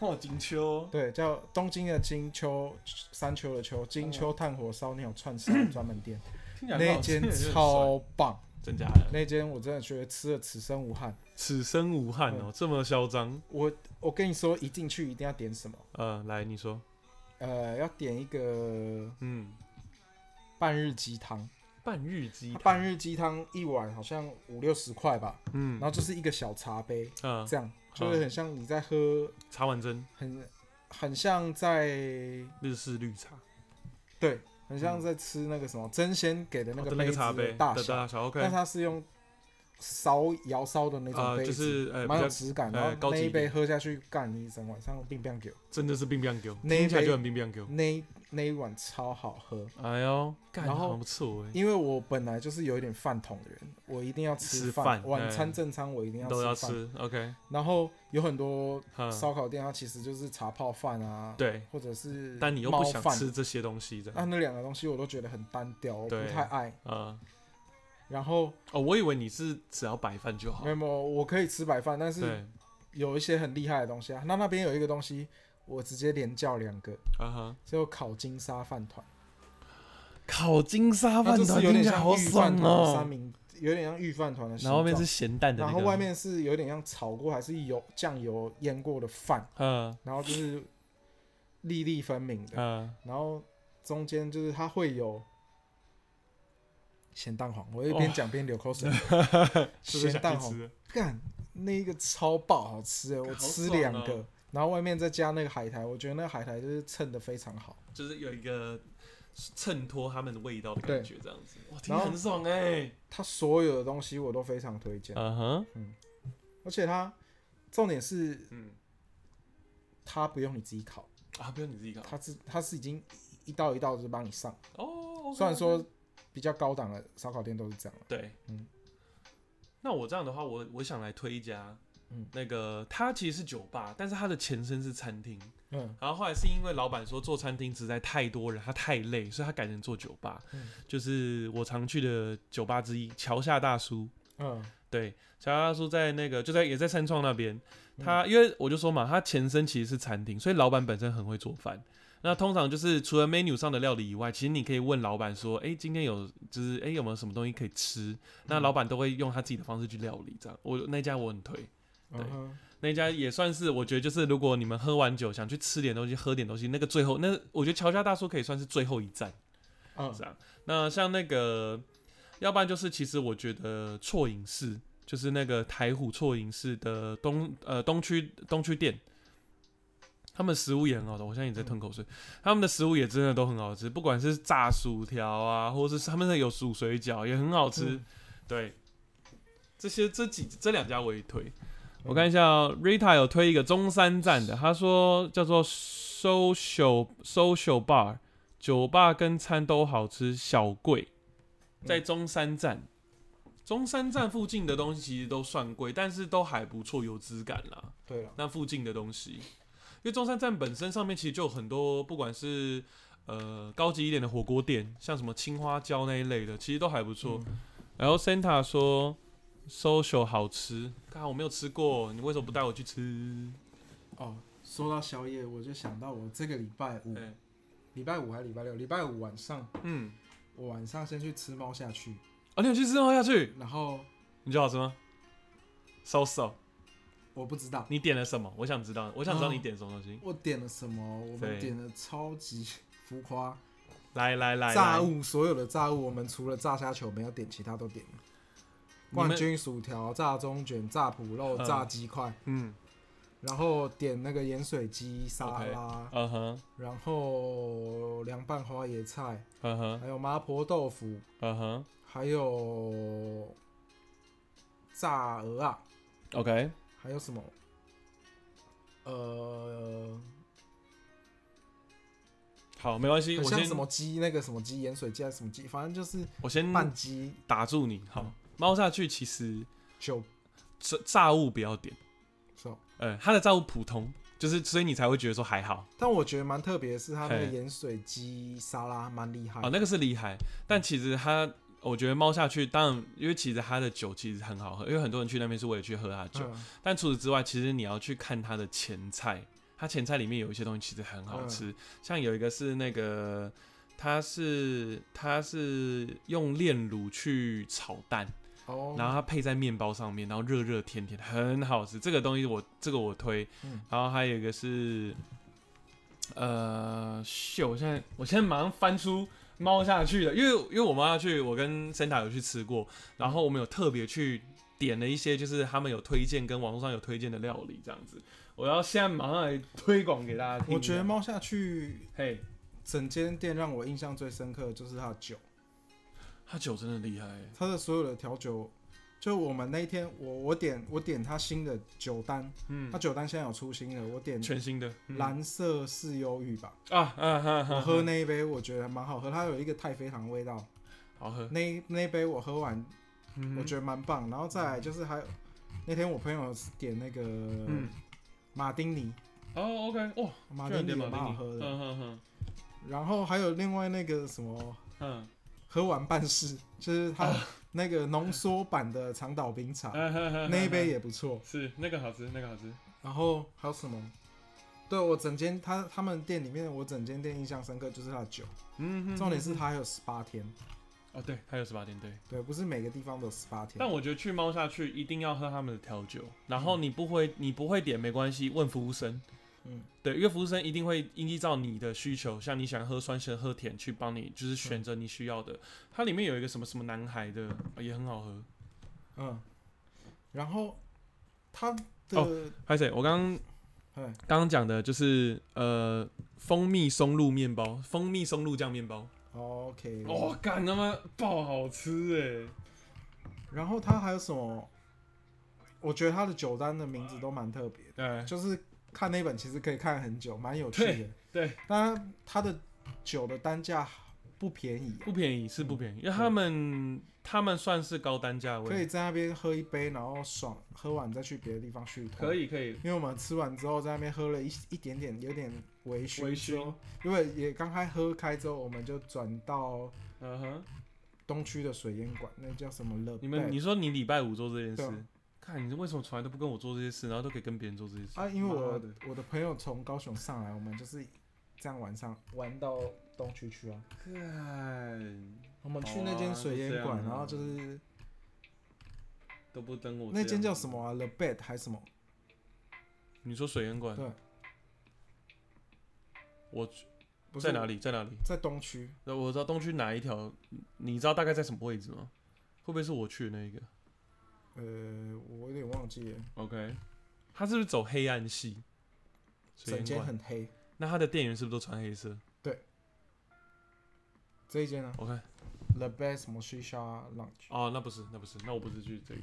哦，金秋，
对，叫东京的金秋，山丘的丘，金秋炭火烧鸟串烧专门店，
嗯听起来很
那
好
一
吃 有
间
点
超棒，
帅真假的，
那一间我真的觉得吃了此生无憾。
此生无憾哦，这么嚣张。
我我跟你说，一进去一定要点什么，
呃，来你说，
呃，要点一个
嗯，
半日鸡汤，
半日鸡
它，半日鸡汤一碗好像五六十块吧，
嗯
然，后就是一个小茶杯，
呃，
这样就是很像你在喝，
茶碗蒸，
很很像在
日式绿茶，
对，很像在吃那个什么真仙给的
嗯
那
哦
个
的那个
子
茶
的
杯
大
的
小，
大小，OK，
但它是用烧窑烧的那种
呃，
杯
就
子，
是呃，比
蛮有
较
质感。
呃
然
高
后
级
那
一
一杯
点
喝下去，干你一整晚上冰冰给我，
真的是冰冰狗，
那一
听起来
杯
就很冰冰狗。
那一那一碗超好喝。
哎呦，干
然后
好不错哎，
因为我本来就是有一点饭桶的人，我一定要
吃
饭，
饭
晚
哎
餐正餐我一定
都要
要吃饭。
吃，OK，
然后有很多
嗯
烧烤店，它其实就是茶泡饭啊，
对，
或者是
但你又不
猫
想
饭
吃这些东西的，
那那两个东西我都觉得很单调，我不
对
太爱。
呃，
然后
哦，我以为你是只要白饭就好
没。有没有，我可以吃白饭，但是
对，
有一些很厉害的东西啊。那那边有一个东西，我直接连叫两个，
啊哈，
就烤金沙饭团。
烤金沙
它
饭
就是
团
有
听
点
起来
像
好
御饭
爽
团的三
哦。
明，有点像御饭团的形
然后
状。
外面是咸蛋的那
然
个，
后外面是有点像炒过还是有酱油腌过的饭，
嗯
然后就是粒粒分明的，
嗯，
然后中间就是它会有咸蛋黄，我一边讲边流口 水。
是不是
咸
想
蛋
去
黄
吃？
干那个超爆好吃欸，我
好
吃
爽
两
哦
个，然后外面再加那个海苔，我觉得那个海苔就是衬的非常好。
就是有一个衬托他们的味道的
对
感觉，这样子，哇，听起
然后
来很爽哎。
它所有的东西我都非常推荐，
嗯哼，
而且它重点是
嗯，
它不用你自己烤，
啊，不用你自己搞
它是它是已经一道一道就帮你上。
哦。
虽然说嗯比较高档的烧烤店都是这样了，
对，
嗯
那我这样的话，我我想来推一家，
嗯
那个它其实是酒吧，但是它的前身是餐厅，
嗯，
然后后来是因为老板说做餐厅实在太多人，他太累，所以他改成做酒吧，
嗯
就是我常去的酒吧之一，桥下大叔。
嗯
对，桥下大叔在那个就在也在三创那边，他因为我就说嘛，他前身其实是餐厅，所以老板本身很会做饭。那通常就是除了 menu 上的料理以外，其实你可以问老板说，哎、今天有就是哎、诶有没有什么东西可以吃？那老板都会用他自己的方式去料理，这样。我那家我很推，
嗯哼，
那家也算是我觉得就是如果你们喝完酒想去吃点东西、喝点东西，那个最后那我觉得乔家大叔可以算是最后一站。
嗯
这样。那像那个，要不然就是其实我觉得错影视就是那个台虎错影视的东呃东区东区店。他们食物也很好的，我现在也在吞口
嗯
水。他们的食物也真的都很好吃，不管是炸薯条啊，或者是他们的有薯水饺也很好吃。
嗯
对，这些这几这两家我也推。我看一下、哦、，Rita 有推一个中山站的，他说叫做 Social Social Bar，酒吧跟餐都好吃，小贵，在中山站。中山站附近的东西其实都算贵，但是都还不错，有质感啦。
对了，
那附近的东西，因为中山站本身上面其实就有很多，不管是呃高级一点的火锅店，像什么青花椒那一类的，其实都还不错。
嗯
然后 Santa 说 social 好吃，看我没有吃过，你为什么不带我去吃？
哦，说到宵夜，我就想到我这个礼拜五，
哎
礼拜五还是礼拜六，礼拜五晚上，
嗯，
我晚上先去吃猫下去，
哦，你有去吃吗？下去，
然后
你觉得好吃吗？so so，
我不知道
你点了什么？我想知道，我想知道
哦
你点什么东西。
我点了什么，我
对
们点了超级浮夸
来来来，
炸
来，
物，所有的炸物，我们除了炸虾球没有点，其他都点了。
你们
冠军薯条、炸中卷、炸脯肉、
嗯
炸鸡块，
嗯，
然后点那个盐水鸡沙
OK
拉
嗯哼，
然后凉拌花椰菜，
嗯哼，
还有麻婆豆腐，
嗯哼
还有炸鹅啊，
，OK，
还有什么？呃，
好，没关系，
很
我
像
先
什么鸡，那个什么鸡，盐水鸡还是什么鸡，反正就是
我先
拌鸡
打住你。好
嗯，
猫下去其实
酒，
炸炸物不要点，
是吧
呃，它的炸物普通，就是所以你才会觉得说还好
但我觉得蛮特别的是，它那个
嘿
盐水鸡沙拉蛮厉害
啊、那个是厉害。但其实它，我觉得猫下去，当然因为其实它的酒其实很好喝，因为很多人去那边是为了去喝它的酒。
嗯
但除此之外，其实你要去看它的前菜，它前菜里面有一些东西其实很好吃，像有一个是那个。它是它是用炼乳去炒蛋，
哦，
然后它配在面包上面，然后热热甜甜，很好吃。这个东西我这个我推，
嗯
然后还有一个是，呃，秀，我现在我现在马上翻出猫下去了，因为因为我猫下去，我跟 Santa 有去吃过，然后我们有特别去点了一些，就是他们有推荐跟网络上有推荐的料理这样子。我要现在马上来推广给大家听。
我觉得，猫下去
嘿，
整间店让我印象最深刻的就是它的酒。
他酒真的厉害欸，
它的所有的调酒，就我们那一天，我我点我点它新的酒单，
嗯
它，酒单现在有出新的，我点
全新的、嗯、
蓝色是忧郁吧，
啊啊哈哈，
我喝那一杯我觉得蛮好喝，它有一个太妃糖的味道，
好喝，
那一那一杯我喝完
嗯
我觉得蛮棒，然后再来就是还有那天我朋友点那个
嗯，
马丁尼，
哦，OK，哇，
马
居然
丁尼
点
也
马
蛮
丁
好
尼，
喝的，
嗯嗯嗯
然后还有另外那个什么
嗯，啊
喝完半事，就是它那个浓缩版的长岛冰茶，
哎
那
那
一杯也不错。
是那个好吃，那个好吃。
然后还有什么？对我整间他他们店里面，我整间店印象深刻就是他的酒，
嗯，哼
重点是它还有十八天，
哦，对，它有十八天对。
对，不是每个地方都有十八天
但。我觉得去猫下去一定要喝他们的调酒，然后你不会你不会点没关系，问服务生。
嗯，
对，因为服务生一定会依照你的需求，像你想喝酸咸喝甜，去帮你就是选择你需要的。它里面有一个什么什么男孩的，呃也很好喝。
嗯，然后它
哦
的，
拍谁？我刚刚
哎，
刚刚讲的就是呃蜂蜜松露面包，蜂蜜松露酱面包，
OK，
哇、哦，干他妈爆好吃
然后它还有什么？我觉得它的酒单的名字都蛮特别的，
哎！哎，
就是看那本其实可以看很久，蛮有趣的。
对对，
但它的酒的单价不便宜，
不便宜是不便宜，因为他们他们算是高单价
可
位，
以在那边喝一杯，然后爽，喝完再去别的地方续团。
可，以可以，
因为我们吃完之后在那边喝了一一点点，有点微醺。
微醺
之后，因为也刚开喝开之后，我们就转到
嗯哼，
东区的水烟馆，那叫什么乐？
你们你说你礼拜五做这件
对
事
啊，
看你为什么从来都不跟我做这些事，然后都可以跟别人做这些事
啊，因为
妈
我
的
我的朋友从高雄上来，我们就是这样晚上玩到东区去啊。
哦干
我们去那间水烟
哦
馆，
就这样啊
然后就是
都不等我，
那间叫什？么啊？The Bed 还是什么？
你说水烟馆？
对，
我
不是
在哪？里？在哪里？
在东区。
那我知道东区哪一条，你知道大概在什么位置吗？会不会是我去的那一个
呃，我有点忘记了，
？OK，他是不是走黑暗系？水
整
烟
间
馆？
很黑。
那他的店员是不是都穿黑色？
这一间呢
我看，
？The Bed 什么 Shisha Lounge？
哦，那不是，那不是，那我不是去这个。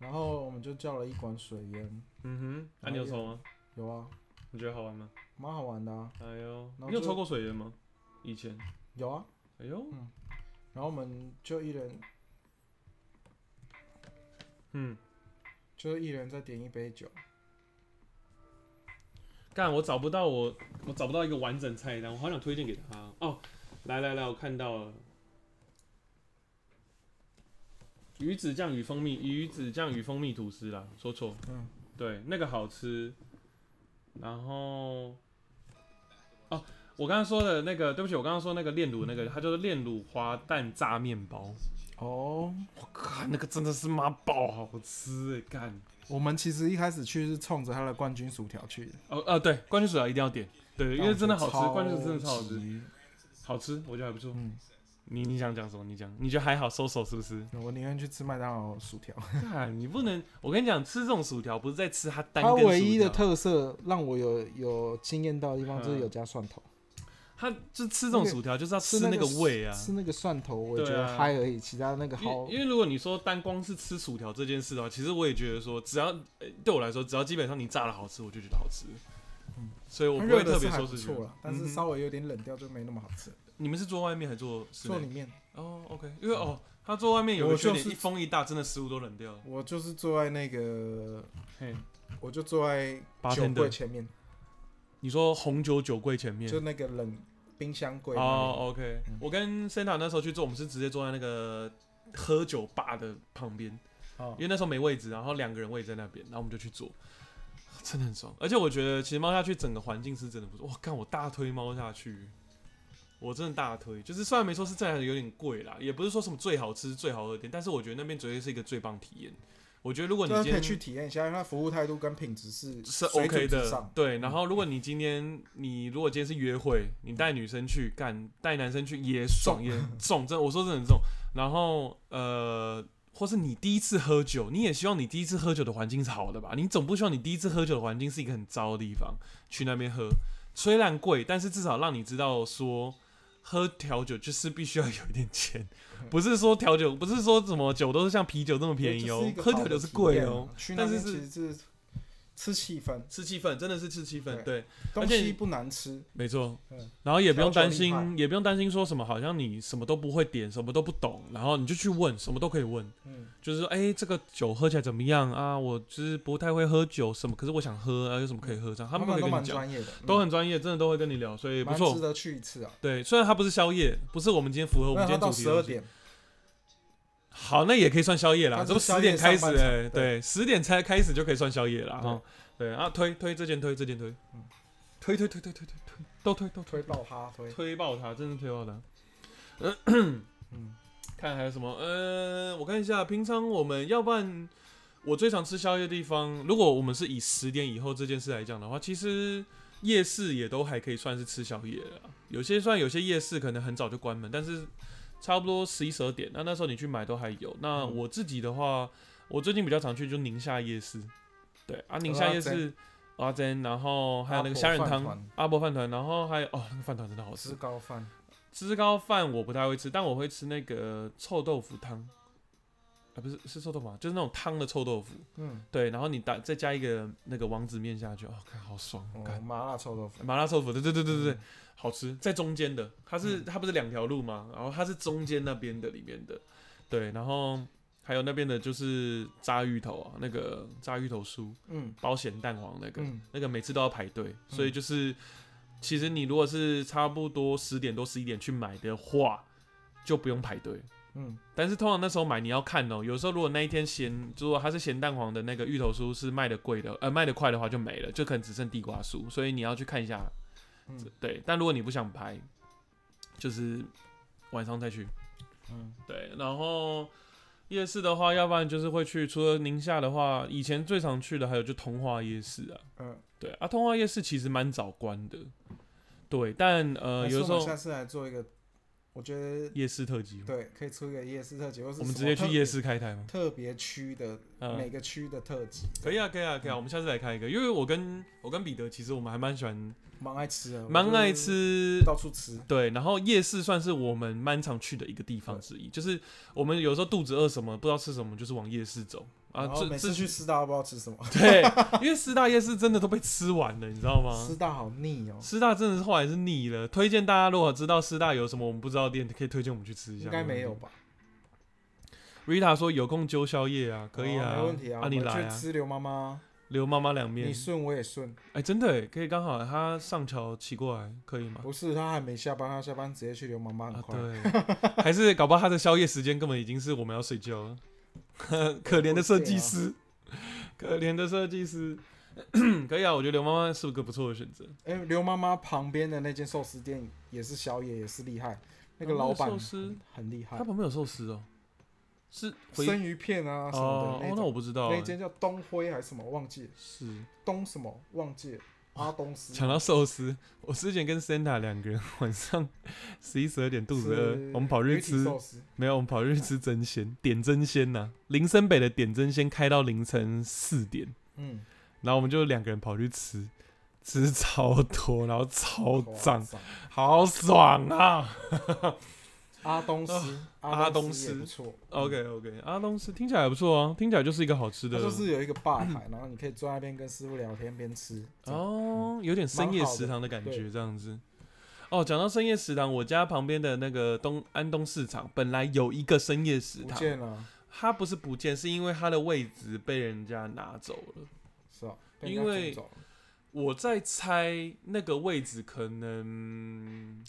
然后我们就叫了一管水烟，
嗯哼，那、你
啊
有抽吗？
有啊，
你觉得好玩吗？
蛮好玩的啊，
哎呦，
然后
你有
就
抽过水烟吗？以前？
有啊。
哎呦，
然后我们就一人
嗯，
就一人再点一杯酒，
干，我找不到我，我找不到一个完整菜单，我好想推荐给他。哦，来来来，我看到了，鱼子酱与蜂蜜，鱼子酱与蜂蜜吐司啦，说错，
嗯，
对，那个好吃。然后，哦，我刚刚说的那个，对不起，我刚刚说那个炼乳那个，它叫做炼乳滑蛋炸面包。
哦，
我靠，那个真的是妈爆好吃哎，干！
我们其实一开始去是冲着它的冠军薯条去的，
哦啊，对，冠军薯条一定要点，对，因为真的好吃，冠军薯条真的超好吃，
吃。
好吃，我觉得还不错。
嗯，
你你想讲什么？你讲，你觉得还好收手是不 是？啊
我宁愿去吃麦当劳薯条。
干，你不能，我跟你讲，吃这种薯条不是在吃它单
它
根薯条，
唯一嗯的特色让我有有惊艳到的地方就是有加蒜头，
它就吃这种薯条就是要吃
那
那
个
个味啊。
吃那个蒜头我
对
也
啊
觉得嗨而已，其他那个
因
好
为因为如果你说单光是吃薯条这件事的话，其实我也觉得说，只要呃对我来说，只要基本上你炸的好吃，我就觉得好吃。所以我
它
不
热
会
的
特
是
别
还
说
不
是
错了，但
嗯
是
哼
稍微有点冷掉就没那么好吃。
你们是做外面还是做室
坐里
内？
面，
哦，OK，因为哦，他做外面有个
我
缺
就
点，
是
一风一大，真的食物都冷掉了。
我就是坐在那个，
嘿，
我就坐在
Bartender
酒柜前面，
你说红酒酒柜前面
就那个冷冰箱柜那
哦
里。
，OK，
嗯
我跟 Santa 那时候去做，我们是直接坐在那个喝酒吧的旁边，
哦
因为那时候没位置，然后两个人位置在那边，然后我们就去做，真的很爽。而且我觉得其实猫下去整个环境是真的不错，我看我大推猫下去。我真的大推，就是虽然没说是真的有点贵啦，也不是说什么最好吃、最好喝的店，但是我觉得那边绝对是一个最棒体验。我觉得如果你
大
今
啊家可
天
以去体验一下，因为它服务态度跟品质是
是
水
OK
准之
的
上，。嗯
对。然后如果你今天你如果今天是约会，你带女生去干，带男生去也爽也重，真的我说真的很重。然后呃，或是你第一次喝酒，你也希望你第一次喝酒的环境是好的吧？你总不希望你第一次喝酒的环境是一个很糟的地方，去那边喝，虽然贵，但是至少让你知道说。喝调酒就是必须要有一点钱， 不是说调酒，不是说什么酒都是像啤酒这么便宜哦
就是一，个
喝
好
调
的
酒是
体
贵
验
哦
啊。去那
但是
边
是
其实是吃气氛，
吃气氛，真的是吃气氛，
对
对，
东
而且
西不难吃，
没错
嗯。
然后也不用担
调酒厉
心，也不用担心说什么，好像你什么都不会点，什么都不懂，然后你就去问，什么都可以问，
嗯，
就是说，哎、这个酒喝起来怎么样啊？我就是不太会喝酒，什么，可是我想喝啊，有什么可以喝？这样他们都会
嗯都
跟
蛮
你讲，
专业的，嗯
都很专业，真的都会跟你聊，所以不
蛮
错
值。得去一次啊。
对，虽然它不是宵夜，不是我们今天符合我们
那
今天
他
主
到
题
十
的
二
东西。
点，
好，那也可以算宵夜啦，
它
这不
是
十
宵
点
夜
开始
上半场
哎、
对
对，十点才开始就可以算宵夜了哈。对
对
啊，推推这件推这件推
嗯，
推推推推推推推，都推都推
推爆他，推，
推爆它，真的推爆它。
嗯，
看还有什么？呃，我看一下，平常我们要不然我最常吃宵夜的地方，如果我们是以十点以后这件事来讲的话，其实夜市也都还可以算是吃宵夜了。有些算有些夜市可能很早就关门，但是差不多十一十二点，那那时候你去买都还有。那
嗯
我自己的话，我最近比较常去就宁夏夜市，对啊，宁夏
阿
夜
珍
市。阿珍，然后还有那个
阿伯
虾仁
饭
汤
团、
阿伯饭团，然后还有哦，那个饭团真的好吃
吃，高饭，
芝高饭我不太会吃，但我会吃那个臭豆腐汤，啊、不是是臭豆腐吗？就是那种汤的臭豆腐，
嗯，
对，然后你打再加一个那个王子面下去，哦，看好爽，
哦嗯
看、
麻辣臭豆腐，
麻辣臭豆腐，对对对对对对，好吃，在中间的，它是、它不是两条路吗？然后它是中间那边的里面的，对，然后还有那边的就是炸芋头啊，那个炸芋头酥，
嗯
包咸蛋黄那个，
嗯
那个每次都要排队，所以就是，其实你如果是差不多十点多十一点去买的话，就不用排队。
嗯，
但是通常那时候买你要看哦、有时候如果那一天咸，如果它是咸蛋黄的那个芋头酥是卖的贵的，呃卖的快的话就没了，就可能只剩地瓜酥，所以你要去看一下。
嗯
对，但如果你不想排，就是晚上再去。
嗯，
对，然后夜市的话，要不然就是会去，除了宁夏的话，以前最常去的还有就通化夜市啊。
嗯，
对啊，通化夜市其实蛮早关的，对，但呃，
还是
有时
我们
候
下次来做一个，我觉得
夜市特辑，
对，可以出一个夜市特辑，或是
我们
什
直
么
接去
特
夜
别
市开台吗？
特别区的每
嗯，
个区的特辑，
可以啊，可以啊，可以啊，我们下次来开一个，因为我跟我跟彼得其实我们还蛮喜欢，
蛮爱吃的，我
蛮
就是
爱，吃。
到处吃，
对，然后夜市算是我们蛮常去的一个地方之一，就是我们有时候肚子饿什么不知道吃什么，就是往夜市走啊。
然后
这
每
这
次去师大都不知道吃什么，
对，因为师大夜市真的都被吃完了，你知道吗
师？大好腻哦，
师大真的是后来是腻了，推荐大家如果知道师大有什么我们不知道的店，可以推荐我们去吃一下。
应该没有吧？
Rita 说有空揪宵夜啊，可以啊，
哦没问题
啊，
我
你
们
来
去
啊，
吃刘妈妈，
刘妈妈凉
你
面，
顺我也顺，
哎、真的耶可以刚好她上桥骑过来，可以吗？
不是他还没下班，他下班直接去刘妈妈
啊
很，快，
对， 还是搞不好她的宵夜时间根本已经是我们要睡觉了， 可怜的设计师，
啊
可怜的设计师， 可以啊，我觉得刘妈妈是个不错的选择。
哎，刘妈妈旁边的那间寿司店也是宵夜，也是厉害，那个
啊
老板
寿司，
很厉
她
害
旁，边有寿司哦，是回
生鱼片啊什么
哦哦，
的
那
种
我不知道
那
耶
一，间叫东辉还是什么，忘记了
是。
东什么忘记了，阿东斯
讲到寿司，我之前跟 Santa 两个人晚上十一十二点肚子饿
吃，
我们跑去
鱼体
吃，
寿司，
没有，我们跑去吃真鲜， 点真鲜呐、林森北的点真鲜开到凌晨四点，
嗯，
然后我们就两个人跑去吃，吃超多，然后超
夸
胀，
张
好爽啊
阿东斯，
哦阿东斯
斯也不错。嗯
！OK OK，阿东斯听起来还不错啊，听起来就是一个好吃
它
的，
就是有一个吧台，然后你可以坐在那边跟师傅聊天边吃。这样，
哦，有点深夜食堂的感
蛮好
觉，这样子。哦，讲到深夜食堂，我家旁边的那个东安东市场本来有一个深夜食
不
堂，
见了，
它不是不见，是因为它的位置被人家拿走了。
是吧？被
因
人家
为
抢走了
我在猜那个位置可能，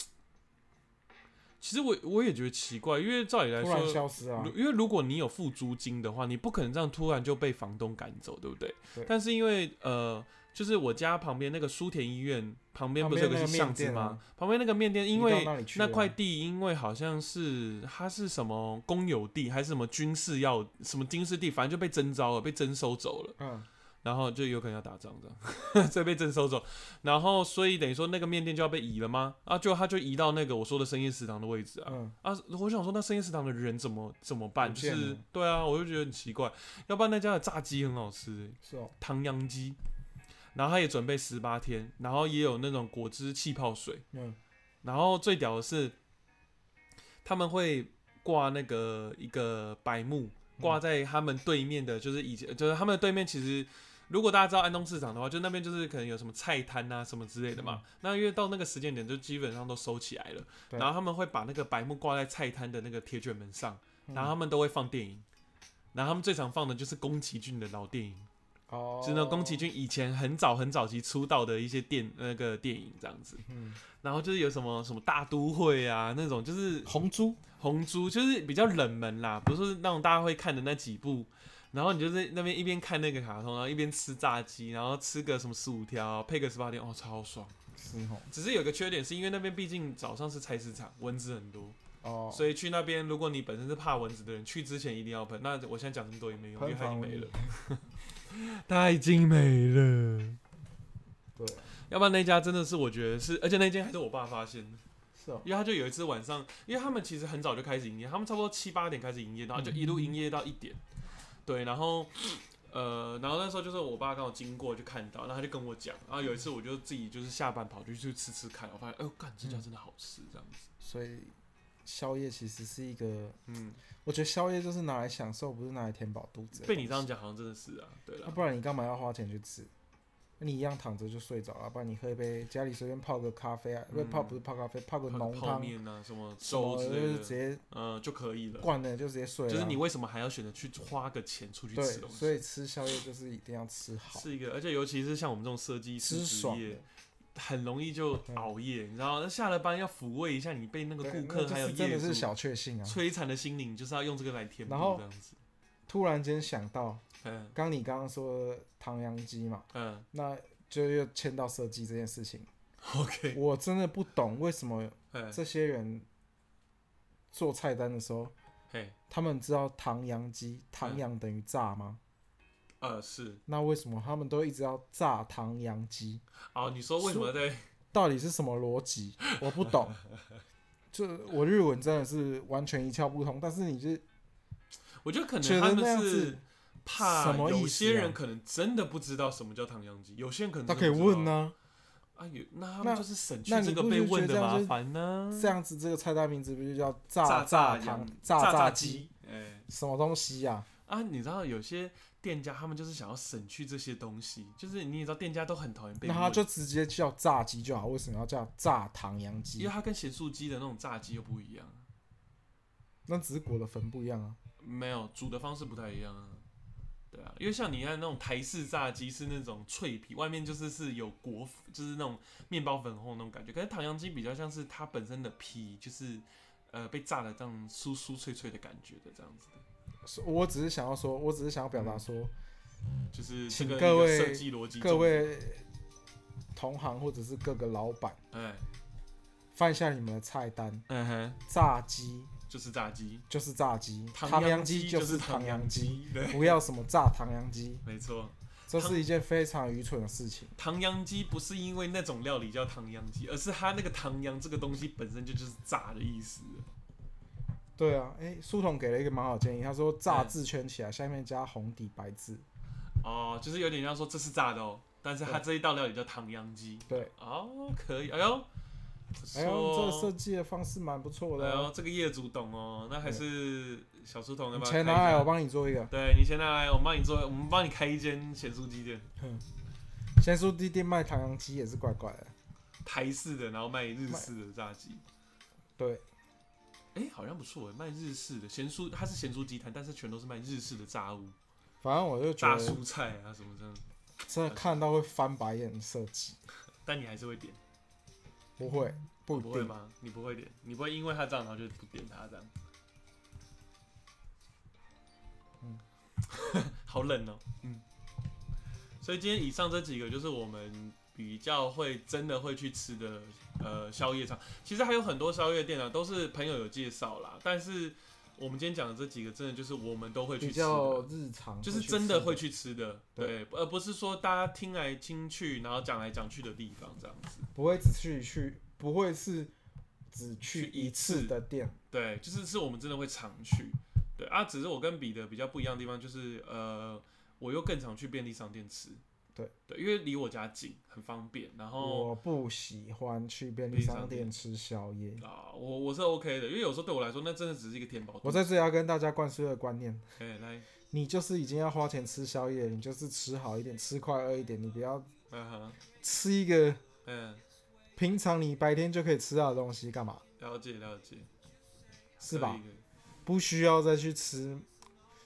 其实我我也觉得奇怪，因为照理来
突然
说，
消失啊
如，因为如果你有付租金的话，你不可能这样突然就被房东赶走，对不对？
对
但是因为呃，就是我家旁边那个书田医院旁边不是有
旁边那
些
个
巷子
面店啊
吗？旁边那个面店，因
移
为
到那里去
那
了
块地，因为好像是它是什么公有地还是什么军事要什么军事地，反正就被征招了，被征收走了。
嗯，
然后就有可能要打仗这样，所以 被征收走。然后所以等于说那个面店就要被移了吗？啊，就他就移到那个我说的深夜食堂的位置啊。
嗯，
啊，我想说那深夜食堂的人怎么怎么办？
不
就
见
是
了
对啊，我就觉得很奇怪。要不然那家的炸鸡很好吃、欸，
是哦，
唐扬鸡。然后他也准备十八天，然后也有那种果汁气泡水。
嗯，
然后最屌的是，他们会挂那个一个白幕，挂在他们对面的，就是以前就是他们的对面其实。如果大家知道安东市场的话，就那边就是可能有什么菜摊啊什么之类的嘛。那因为到那个时间点，就基本上都收起来了。
嗯对
然后他们会把那个白幕挂在菜摊的那个铁卷门上，
嗯
然后他们都会放电影。然后他们最常放的就是宫崎骏的老电影，
哦，
就是那宫崎骏以前很早很早期出道的一些电那个电影这样子。
嗯，
然后就是有什么什么大都会啊那种，就是
红猪，
红猪就是比较冷门啦，不是那种大家会看的那几部。然后你就在那边一边看那个卡通，然后一边吃炸鸡，然后吃个什么十五条，配个十八天，哦，超爽。
是哦，
只是有个缺点，是因为那边毕竟早上是菜市场，蚊子很多，
哦，
所以去那边如果你本身是怕蚊子的人，去之前一定要喷。那我现在讲这么多也没用，因为它已经没 了，它已经没了。
对，
要不然那家真的是我觉得是，而且那间还是我爸发现的。
是哦，
因为他就有一次晚上，因为他们其实很早就开始营业，他们差不多七八点开始营业，然后就一路营业到一点。
嗯
对，然后呃，然后那时候就是我爸刚好经过就看到，然后他就跟我讲，然后有一次我就自己就是下班跑去去吃吃看，我发现哎呦，干这家真的好吃这样子。
所以宵夜其实是一个，
嗯，
我觉得宵夜就是拿来享受，不是拿来填饱肚子。
被你这样，讲好像真的是啊，对
那、
了，
不然你干嘛要花钱去吃？你一样躺着就睡着了，不然你喝一杯家里随便泡个咖啡啊，不、
嗯
泡不是泡咖啡，泡个
泡
浓
泡
汤，
面啊什么
什
粥
么
之
就是
类
直
的，
接
嗯就可以了。
灌了就直接睡了。
就是你为什么还要选择去花个钱出去
对
吃东，
所
西？
以吃宵夜就是一定要吃好，
是一个，而且尤其是像我们这种设计师
吃
职
爽
业
的，。
很容易就熬夜，你知道，那下了班要抚慰一下你被那个
对
顾
那
客
就
还有
是真
业
的是
主
小确幸啊！
摧残的心灵，就是要用这个来填补
然后
这样子。
突然间想到，
嗯
刚你刚刚说的唐扬鸡嘛，
嗯
那就又牵到设计这件事情。
，OK，
我真的不懂为什么
嗯
这些人做菜单的时候，
嘿，
他们知道唐扬鸡，唐
嗯
扬等于炸吗？
呃是，
那为什么他们都一直要炸唐扬鸡？
哦，你说为什么在
到底是什么逻辑？我不懂。 就我日文真的是完全一窍不通，但是你就是
我觉得可
觉
能他
得那样
们
子
是怕
什么意思啊
有些人可能真的不知道什么叫唐扬鸡，有些人可能
他
真
可以
的不知道
问呢、
啊，有那他
那
们就是省去
那你
这个
不
被
就觉
问的
得这样
麻
就
烦呢。
这样子这个菜单名字不就叫炸
炸
炸
羊
糖炸
炸
鸡？，
哎
什么东西呀、
啊，你知道有些店家他们就是想要省去这些东西，就是你也知道店家都很讨厌被
那
问。
他就直接叫炸鸡就好，为什么要叫炸唐扬
因
鸡
为？它跟咸酥鸡的那种炸鸡又不一样，
那只是裹的粉不一样啊。
没有煮的方式不太一样啊。对啊，因为像你看那种台式炸鸡是那种脆皮，外面就是是有裹，就是那种面包粉红那种感觉。可是唐扬鸡比较像是它本身的皮，就是呃被炸的这样酥酥脆脆的感觉的这样子的，
所我只是想要说，我只是想要表达说，
就是这
请
个
各
一个
位
设计逻辑。
各，位同行或者是各个老板，
哎，
翻一下你们的菜单，
嗯哼，
炸鸡
就是炸鸡，
就是炸鸡，
唐
唐扬
鸡
鸡就是是
唐
唐
扬
扬鸡，
鸡，对，
不要什么炸唐扬鸡，
没错。
这是一件非常愚蠢的事情。
唐扬鸡不是因为那种料理叫唐扬鸡，而是它那个唐扬这个东西本身就就是炸的意思。
对啊，哎、苏童给了一个蛮好的建议，他说炸
嗯
字圈起来，下面加红底白字。
哦，就是有点像说这是炸的哦，但是它这一道料理叫唐扬鸡。
对，
哦，可以，哎呦，不错
哎呦，这个设
哦，
计的方式蛮不错
哎
的
呦，
哦。
这个业主懂哦，那还是小书童要
你
不要
钱拿
开
来，
一
我
下？
帮你做一个。
对啊你先拿来，我们帮你做，我们帮你开一间咸酥鸡店，
先说弟弟卖唐扬鸡也是怪怪的，
台式的，然后卖日式的炸鸡。
对，
哎、好像不错哎，卖日式的咸酥，它是咸酥鸡摊，但是全都是卖日式的炸物、
反正我就觉
炸
得
蔬菜啊什么这样，
真的看到会翻白眼的设计，
但你还是会点。
不会，不
我
一
不会
定。
吗？你不会点，你不会因为他这样然后就不点他这样。
嗯
好冷哦、嗯。所以今天以上这几个就是我们比较会真的会去吃的呃宵夜场，其实还有很多宵夜店啊，都是朋友有介绍啦。但是我们今天讲的这几个，真的就是我们都会去
比
吃的
较。日常，
就是真的会。去吃的，
对
对，而不是说大家听来听去，然后讲来讲去的地方这样子。
不会只去去，不会是只
去
去
一
一次
次
的店。
对，就是是我们真的会常去。对啊，只是我跟彼得比较不一样的地方就是，呃，我又更常去便利商店吃。
对
对，因为离我家近，很方便。然后
我不喜欢去便利
便利商
商
店
店吃宵夜。
啊，我我是 OK 的，因为有时候对我来说，那真的只是一个填饱肚子。
我在这里要跟大家灌输的观念：
哎、来，
你就是已经要花钱吃宵夜，你就是吃好一点，吃快乐一点，你不要
嗯哼，
吃一个
嗯，
平常你白天就可以吃到的东西，干嘛？
了解了解，
是吧
可以？可以
不需要再去吃。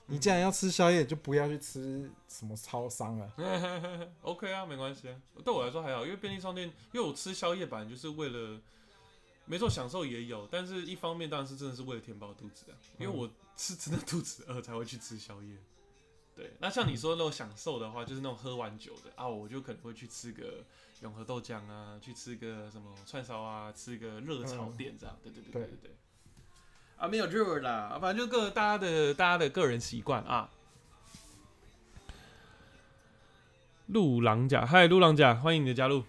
你既然要吃宵夜，就不要去吃什么超商了。
OK 啊，没关系啊，对我来说还好，因为便利商店，因为我吃宵夜版就是为了，没错，享受也有，但是一方面当然是真的是为了填饱肚子啊，因为我是真的肚子饿才会去吃宵夜。对，那像你说那种享受的话，就是那种喝完酒的啊，我就可能会去吃个永和豆浆啊，去吃个什么串烧啊，吃个热炒店这样。对对对对对对。啊，没有热啦，啊反正就各大家的大家的个人习惯啊。陆郎甲，嗨，陆郎甲，欢迎你的加入。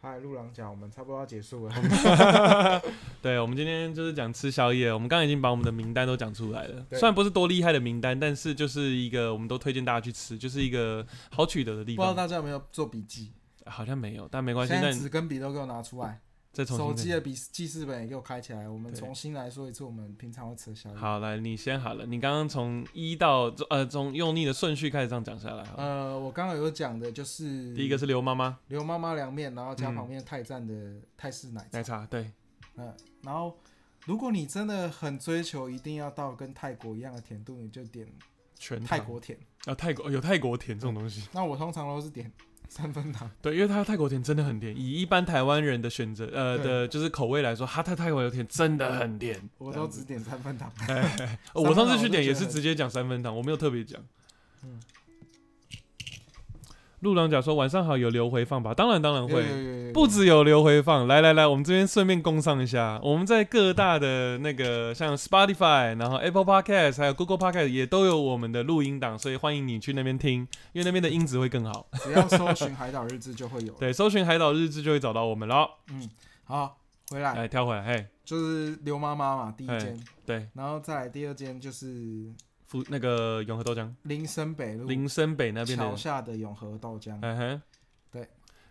嗨，陆郎讲，我们 差不多要结束了。
对，我们今天就是讲吃宵夜。我们刚刚已经把我们的名单都讲出来了，
对
虽然不是多厉害的名单，但是就是一个我们都推荐大家去吃，就是一个好取得的地
不知道
方。
大家有没有做笔记？
好像没有，但没关系。
现
那
在
你
纸跟笔都给我拿出来，
再重新
手机
再
的笔记事本也给我开起来。我们
对
重新来说一次，我们平常会吃的宵夜。
好，来你先好了。你刚刚从一到呃从用力的顺序开始这样讲下来好了。
呃，我刚刚有讲的就是
第一个是刘妈妈
刘妈妈凉面，然后加
嗯
旁边泰赞的泰式奶茶
奶。茶，对，
嗯，然后如果你真的很追求一定要到跟泰国一样的甜度，你就点
全糖
泰国嗯甜。
啊泰国有泰国甜这种东西，
那我通常都是点三分糖，
对，因为它泰国甜真的很甜。以一般台湾人的选择呃
对
的就是口味来说，它它泰国甜真的很甜。
我
这
都
样子
只点三分糖。
哦
三
我
分
上
糖
次去
我就
点也
觉得
是
很
直接讲三分糖，我没有特别讲。
嗯
陆郎甲说晚上好，有留回放吧？当然当然
有有
会，
有有有
不只有留回放。来来来，我们这边顺便供上一下，我们在各大的那个像 Spotify，然后 Apple Podcast，还有 Google Podcast 也都有我们的录音档，所以欢迎你去那边听，因为那边的音质会更好。
只要搜寻海岛日志就会有。
对，搜寻海岛日志就会找到我们了。哦
嗯，好，回来
来跳回来，嘿，
就是刘妈妈嘛，
哎
第一间，
对，
然后再来第二间就是
福那个永和豆浆，
林森北路
林森北那边的
哎桥下的永和豆浆，
嗯哼，
对，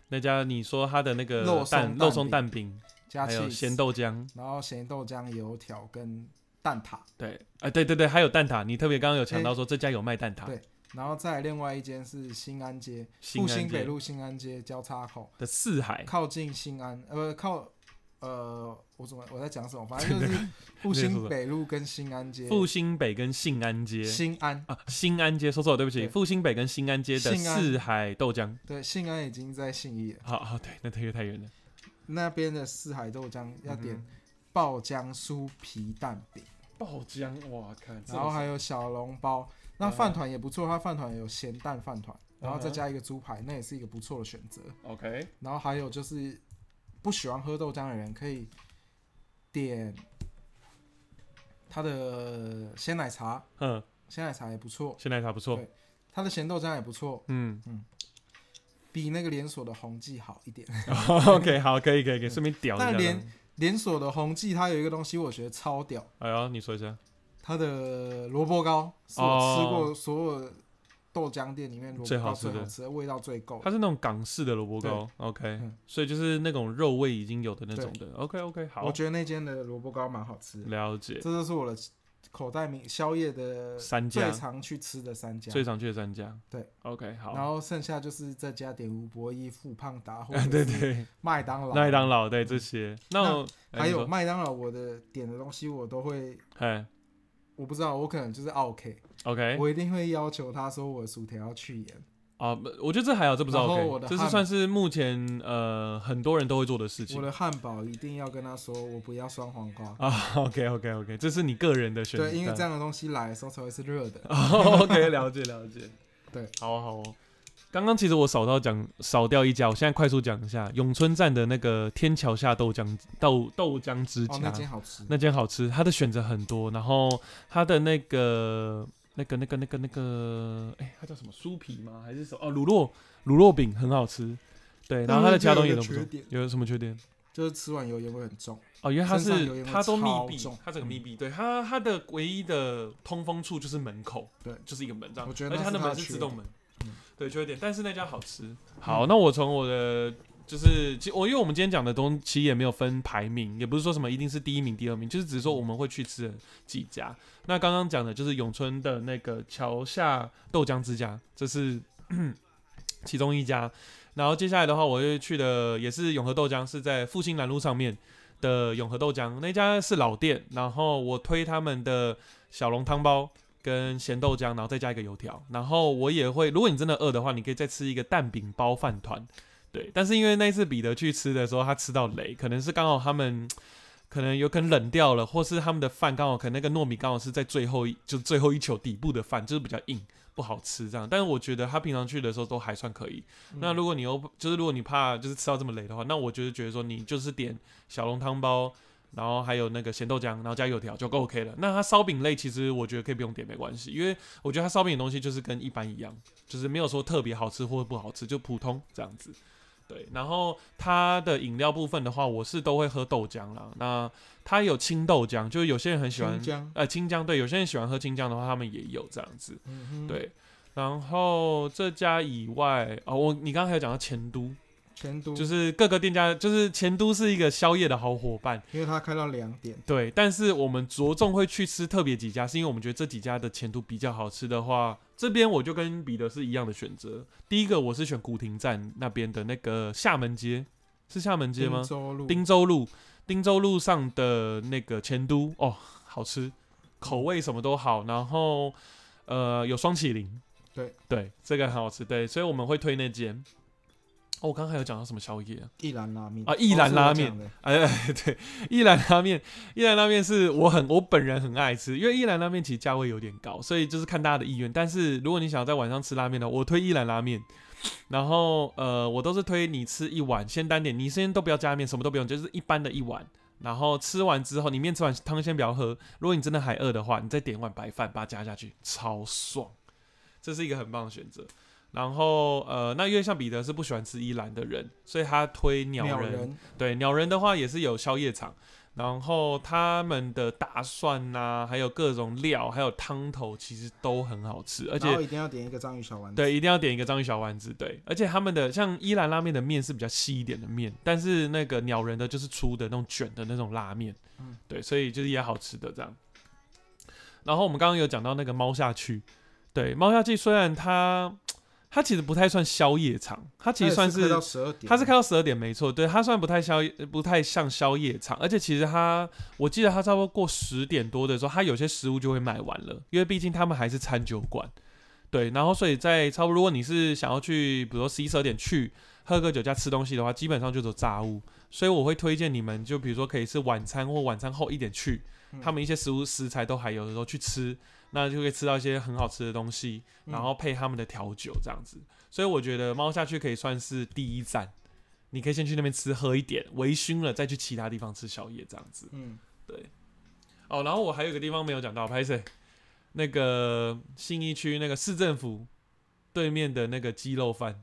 那家你说它的那个
肉松
蛋
蛋
肉松
饼
蛋饼，
加
还有
cheese
咸豆浆，
然后咸豆浆、油条跟蛋挞，
对，哎、对对对，还有蛋挞，你特别刚刚有强
哎
调说这家有卖蛋挞，
对然后再来另外一间是新安街
新
复
安
兴
街哎
北路新安街交叉口，
的四海，
靠近新安，呃，靠，呃，我怎么我在讲什么？反正就是 复兴北路跟新安街，
复兴北跟信安街
新安，
啊，新安街，说错了，对不起，
对
复兴北跟新安街的
信安
四海豆浆，
对，新安已经在信义了，
好好、对，那太远太远了，
那边的四海豆浆
嗯
要点爆浆酥皮蛋饼，
爆浆，哇，看，
然后还有小笼包。那
啊
饭团也不错，它饭团有咸蛋饭团，然
嗯
后再加一个猪排，那也是一个不错的选择。
OK，
然后还有就是不喜欢喝豆浆的人可以点它的鲜奶茶，
嗯，
鲜奶茶也不错，
鲜奶茶不错
对，它的咸豆浆也不错，
嗯
比那个连锁的宏记好一点。
，OK，好，可以可以可以，顺便屌一下
但
这
嗯连
样，
连锁的宏记它有一个东西我觉得超屌，
哎呦，你说一下，
它的萝卜糕是我吃过所有豆浆店里面萝
哦最
卜
好
糕
吃的
最好吃的，味道最够的
它。是那种港式的萝卜糕，OK，、
嗯
所以就是那种肉味已经有的那种的，OK OK，
我
好，嗯
觉得那间的萝卜糕蛮好吃的，
了解
这。就是我的口袋名宵夜的
三家
最常去吃的三家。
最常去的三家，
对
，OK
然
好，
后剩下就是再加点吴伯义、富胖达或
啊对
者是
对，
麦当劳、
麦当劳对这些，那
嗯那
我哎
还
你
有
说
麦当劳，我的点的东西我都会，
哎
我不知道，我可能就是 OK，、
OK
我一定会要求他说我的薯条要去盐，
啊，不我觉得这还好，这不是
然后我
OK，
的
这是
汉
算是目前呃很多人都会做的事情
我的汉堡一定要跟他说我不要酸黄瓜，
啊。OK OK OK，这是你个人的选择，
对，因为这样的东西来的时候才会是热的。
哦 OK 了解了解，
对，
好哦好哦。刚刚其实我少到讲少掉一家，我现在快速讲一下永春站的那个天桥下豆浆豆豆浆之家，
哦，那间好吃，
那间好吃，它的选择很多，然后它的那个、那个、那个、那个、那个，哎、它叫什么酥皮吗？还是什么？哦，乳酪乳酪饼很好吃，对，然后它的其他东西也都不
但
错
是嗯就有一个缺。
有什么缺点？
就是吃完油烟味很重。
哦，因为它
身上油
是
烟味
它都密
超
闭
重，嗯
它整个密闭，对它它的唯一的通风处就是门口，
对
就是一个门这样，
我觉得
而且它
那是
门
它的
是
缺
自动
点
门
嗯。
对对，缺点，但是那家好吃。好，那我从我的就是，其我因为我们今天讲的东西也没有分排名，也不是说什么一定是第一名、第二名，就是只是说我们会去吃的几家。那刚刚讲的就是永春的那个桥下豆浆之家，这是 其中一家。然后接下来的话，我会去的也是永和豆浆，是在复兴南路上面的永和豆浆那家是老店，然后我推他们的小笼汤包跟咸豆浆，然后再加一个油条。然后我也会，如果你真的饿的话，你可以再吃一个蛋饼包饭团。对，但是因为那一次彼得去吃的时候，他吃到雷，可能是刚好他们可能有可能冷掉了，或是他们的饭刚好可能那个糯米刚好是在最后一就最后一球底部的饭，就是比较硬。不好吃这样，但是我觉得他平常去的时候都还算可以。
嗯
那如果你又就是如果你怕就是吃到这么累的话，那我就是觉得说你就是点小笼汤包，然后还有那个咸豆浆，然后加油条就够 OK 了。那它烧饼类其实我觉得可以不用点没关系，因为我觉得它烧饼的东西就是跟一般一样，就是没有说特别好吃或不好吃，就普通这样子。对，然后它的饮料部分的话，我是都会喝豆浆啦。那它有青豆浆，就是有些人很喜欢
新疆，
呃清江，对，有些人喜欢喝清江的话，他们也有这样子。
嗯哼，
对，然后这家以外，哦，我你刚才有讲到前都，
前都
就是是各个店家，就是前都是一个宵夜的好伙伴，
因为它开到两点，
对。但是我们着重会去吃特别几家，是因为我们觉得这几家的前都比较好吃的话，这边我就跟彼得是一样的选择。第一个我是选古亭站那边的那个厦门街，是厦门街吗
汀？州路，
汀州路，汀州路上的那个前都哦，好吃，口味什么都好，然后呃有双麒麟，
对
对，这个很好吃，对，所以我们会推那间。哦，我刚才有讲到什么宵夜啊？
一兰拉面哦
啊一兰拉面，
都是我讲的
哎，对，一兰拉面，一兰拉面是我很我本人很爱吃，因为一兰拉面其实价位有点高，所以就是看大家的意愿。但是如果你想要在晚上吃拉面的话，我推一兰拉面。然后呃，我都是推你吃一碗，先单点，你先都不要加面，什么都不用，就是一般的一碗。然后吃完之后，你面吃完汤先不要喝。如果你真的还饿的话，你再点一碗白饭，把它加下去，超爽。这是一个很棒的选择。然后呃，那因为像彼得是不喜欢吃一兰的人，所以他推
鸟
人
人，
对，鸟人的话也是有宵夜场，然后他们的大蒜呐、还有各种料，还有汤头，其实都很好吃，而
然
且
后一定要点一个章鱼小丸子，
对，一定要点一个章鱼小丸子，对，而且他们的像伊兰拉面的面是比较细一点的面，但是那个鸟人的就是粗的那种卷的那种拉面，
嗯
对，所以就是也好吃的这样。然后我们刚刚有讲到那个猫下去，对，猫下去虽然它它其实不太算宵夜场，它其
它也
实算
是开到十二点，
它是开到十二点，没错，对，它虽然不太宵夜，不太像宵夜场，而且其实它，我记得它差不多过十点多的时候，它有些食物就会卖完了，因为毕竟他们还是餐酒馆，对，然后所以在差不多，如果你是想要去，比如说十一十二点去喝个酒加吃东西的话，基本上就走炸物，所以我会推荐你们，就比如说可以是晚餐或晚餐后一点去，
嗯
他们一些食物食材都还有的时候去吃，那就可以吃到一些很好吃的东西，
嗯
然后配他们的调酒这样子。所以我觉得猫下去可以算是第一站，你可以先去那边吃喝一点，微醺了再去其他地方吃宵夜这样子。
嗯，
哦，然后我还有一个地方没有讲到，拍谁？那个信义区那个市政府对面的那个鸡肉饭，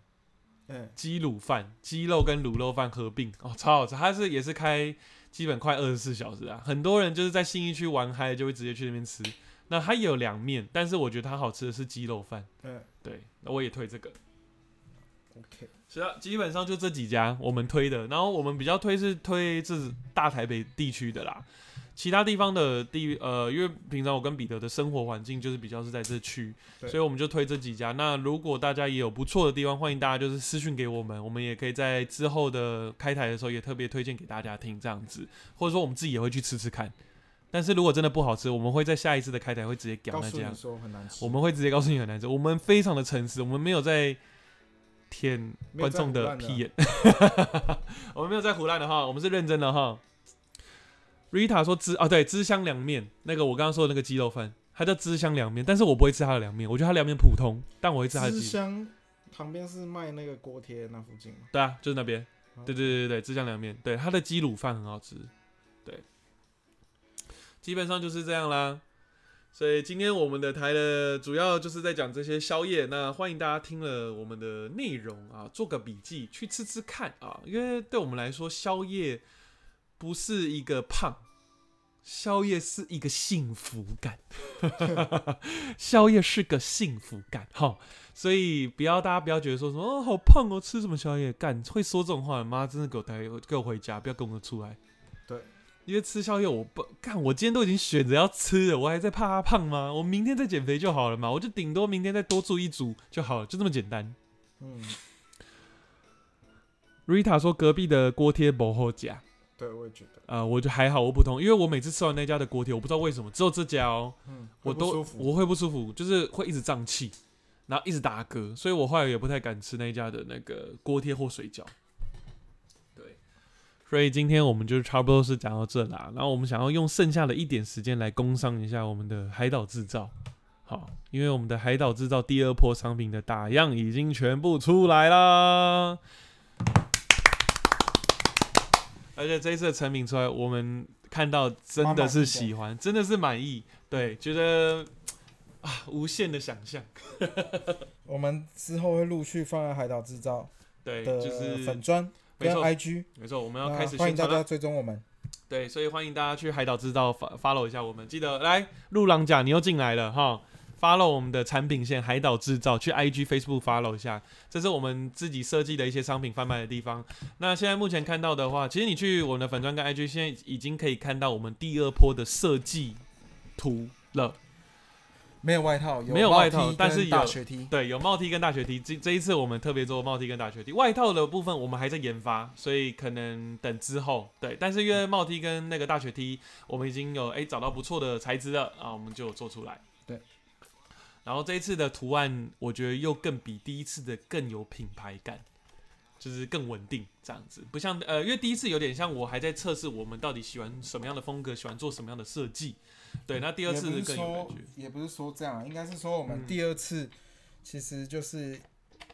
哎，
鸡卤饭，鸡肉跟卤肉饭合并哦，超好吃。它是也是开基本快二十四小时啊，很多人就是在信义区玩嗨，就会直接去那边吃。那它也有凉面，但是我觉得它好吃的是鸡肉饭。
嗯
对，那我也推这个。
，OK，
是啊，基本上就这几家我们推的，然后我们比较推是推这大台北地区的啦，其他地方的地呃，因为平常我跟彼得的生活环境就是比较是在这区，
对
所以我们就推这几家。那如果大家也有不错的地方，欢迎大家就是私讯给我们，我们也可以在之后的开台的时候也特别推荐给大家听这样子，或者说我们自己也会去吃吃看。但是如果真的不好吃，我们会在下一次的开台会直接讲
告
那
诉
家
你。说很难吃，
我们会直接告诉你很难吃。我们非常的诚实，我们没有在舔
没有
观
在
众
胡
的
乱的啊
屁眼， 我们没有在胡乱的哈，我们是认真的哈。Rita 说芝啊，对，芝香凉面，那个我刚刚说的那个鸡肉饭，它叫芝香凉面，但是我不会吃它的凉面，我觉得它凉面普通，但我会吃它的
芝
鸡。
香旁边是卖那个锅贴那附近嘛，
对啊，就是那边，
哦
对对对对对，芝香凉面，对，它的鸡卤饭很好吃，对，基本上就是这样啦。所以今天我们的台的主要就是在讲这些宵夜，那欢迎大家听了我们的内容啊，做个笔记去吃吃看啊，因为对我们来说，宵夜不是一个胖，宵夜是一个 幸福感，宵夜是个幸福感哈，所以不要大家不要觉得说什么哦好胖哦，吃什么宵夜干会说这种话的，妈真的给我待给我回家，不要跟我出来。
对，
因为吃宵夜我不干，我今天都已经选择要吃了，我还在怕它胖吗？我明天再减肥就好了嘛，我就顶多明天再多住一组就好了，就这么简单。
嗯，
Rita 说隔壁的锅贴不好夹，
对，我也觉得，
啊、我就还好，我不同，因为我每次吃完那家的锅贴，我不知道为什么只有这家哦，
嗯，
我
会不
都
舒服，
我会不舒服，就是会一直胀气，然后一直打嗝，所以我后来也不太敢吃那家的那个锅贴或水饺。对，所以今天我们就差不多是讲到这啦，然后我们想要用剩下的一点时间来工商一下我们的海岛制造。好，因为我们的海岛制造第二波商品的打样已经全部出来啦，而且这一次的成品出来，我们看到真的是喜欢，真的是满意，对，觉得啊无限的想象，
我们之后会陆续放在海岛制造
对，
的
就是
粉砖
没
跟
错
IG，
没错，我们要
那
开始
欢迎
宣
大
传
家
了，
追踪我们。
对，所以欢迎大家去海岛制造发 follow 一下我们，记得来陆郎甲你又进来了哈。follow 我们的产品线海岛制造，去 IG、Facebook follow 一下，这是我们自己设计的一些商品贩卖的地方。那现在目前看到的话，其实你去我们的粉砖跟 IG，现在已经可以看到我们第二波的设计图了。
没有外套，
没有
帽
外套
梯
但是
跟
有
大学 T，
对，有帽 T 跟大学 T，这这一次我们特别做帽 T 跟大学 T，外套的部分我们还在研发，所以可能等之后对，但是因为帽 T 跟那个大学 T，我们已经有哎、诶找到不错的材质了啊，我们就有做出来。
对，
然后这一次的图案，我觉得又更比第一次的更有品牌感，就是更稳定这样子，不像呃，因为第一次有点像我还在测试我们到底喜欢什么样的风格，喜欢做什么样的设计。对，那第二次
也不是
更有感
说
觉，
也不是说这样，应该是说我
嗯
们第二次其实就是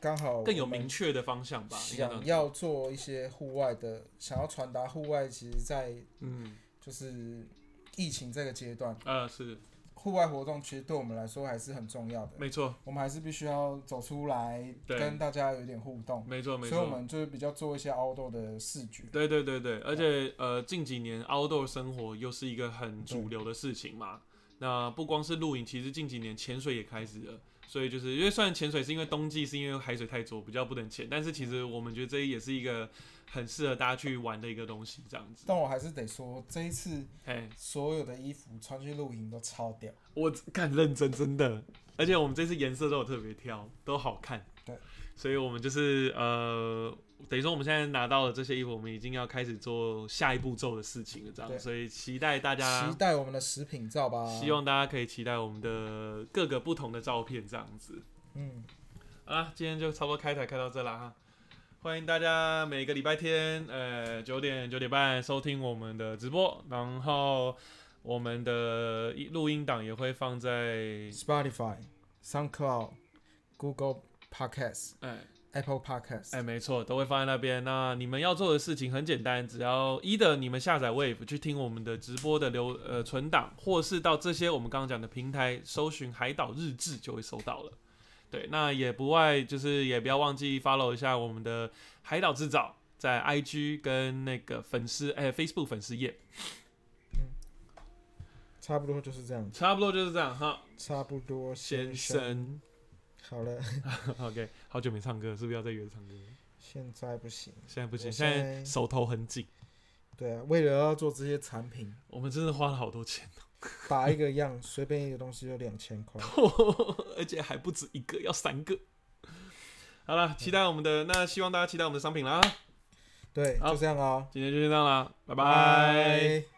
刚好
更有
我们
明确的方向吧。应该这样
想
讲
要做一些户外的，想要传达户外，其实在
嗯。
就是疫情这个阶段，
呃，是
户外活动其实对我们来说还是很重要的，
没错，
我们还是必须要走出来
对
跟大家有点互动，
没错，没
所以我
错。
们就是比较做一些 outdoor 的视觉。
对对对对，而且呃，近几年 outdoor 生活又是一个很主流的事情嘛。那不光是露营，其实近几年潜水也开始了。所以就是因为虽然潜水是因为冬季是因为海水太浊比较不能潜，但是其实我们觉得这也是一个很适合大家去玩的一个东西，这样子。
但我还是得说，这一次
哎，
所有的衣服穿去露营都超屌。
我看认真真的，而且我们这次颜色都有特别挑，都好看。
对，
所以我们就是呃，等于说我们现在拿到了这些衣服，我们已经要开始做下一步骤的事情了，这样。
对
所以期待大
期呃
家，
待我们的食品照吧。
希望大家可以期待我们的各个不同的照片，这样子。
嗯，
好啦，今天就差不多开台开到这啦哈。欢迎大家每个礼拜天，呃，九点九点半收听我们的直播，然后我们的录音档也会放在
Spotify、SoundCloud、Google Podcast、
哎
Apple Podcast，
哎，没错，都会放在那边。那你们要做的事情很简单，只要一的你们下载 Wave 去听我们的直播的流呃存档，或是到这些我们刚刚讲的平台搜寻“海岛日志”就会搜到了。对，那也不外就是也不要忘记 follow 一下我们的海岛制造在 IG 跟那个粉丝哎 Facebook 粉丝页，
差不多就是这样，
差不多就是这样哈，
差不多
先
生。
生。
好了，
OK，好久没唱歌，是不是要再约唱歌？
现在不行。
现在不行，
我
现在
在
手头很紧，
对啊，为了要做这些产品，
我们真的花了好多钱。
打一个样，随便一个东西就两千块。
而且还不止一个，要三个。好了，期待我们的那，希望大家期待我们的商品啦。
对，
好
就这样啊，
今天就先这样啦，拜拜。
拜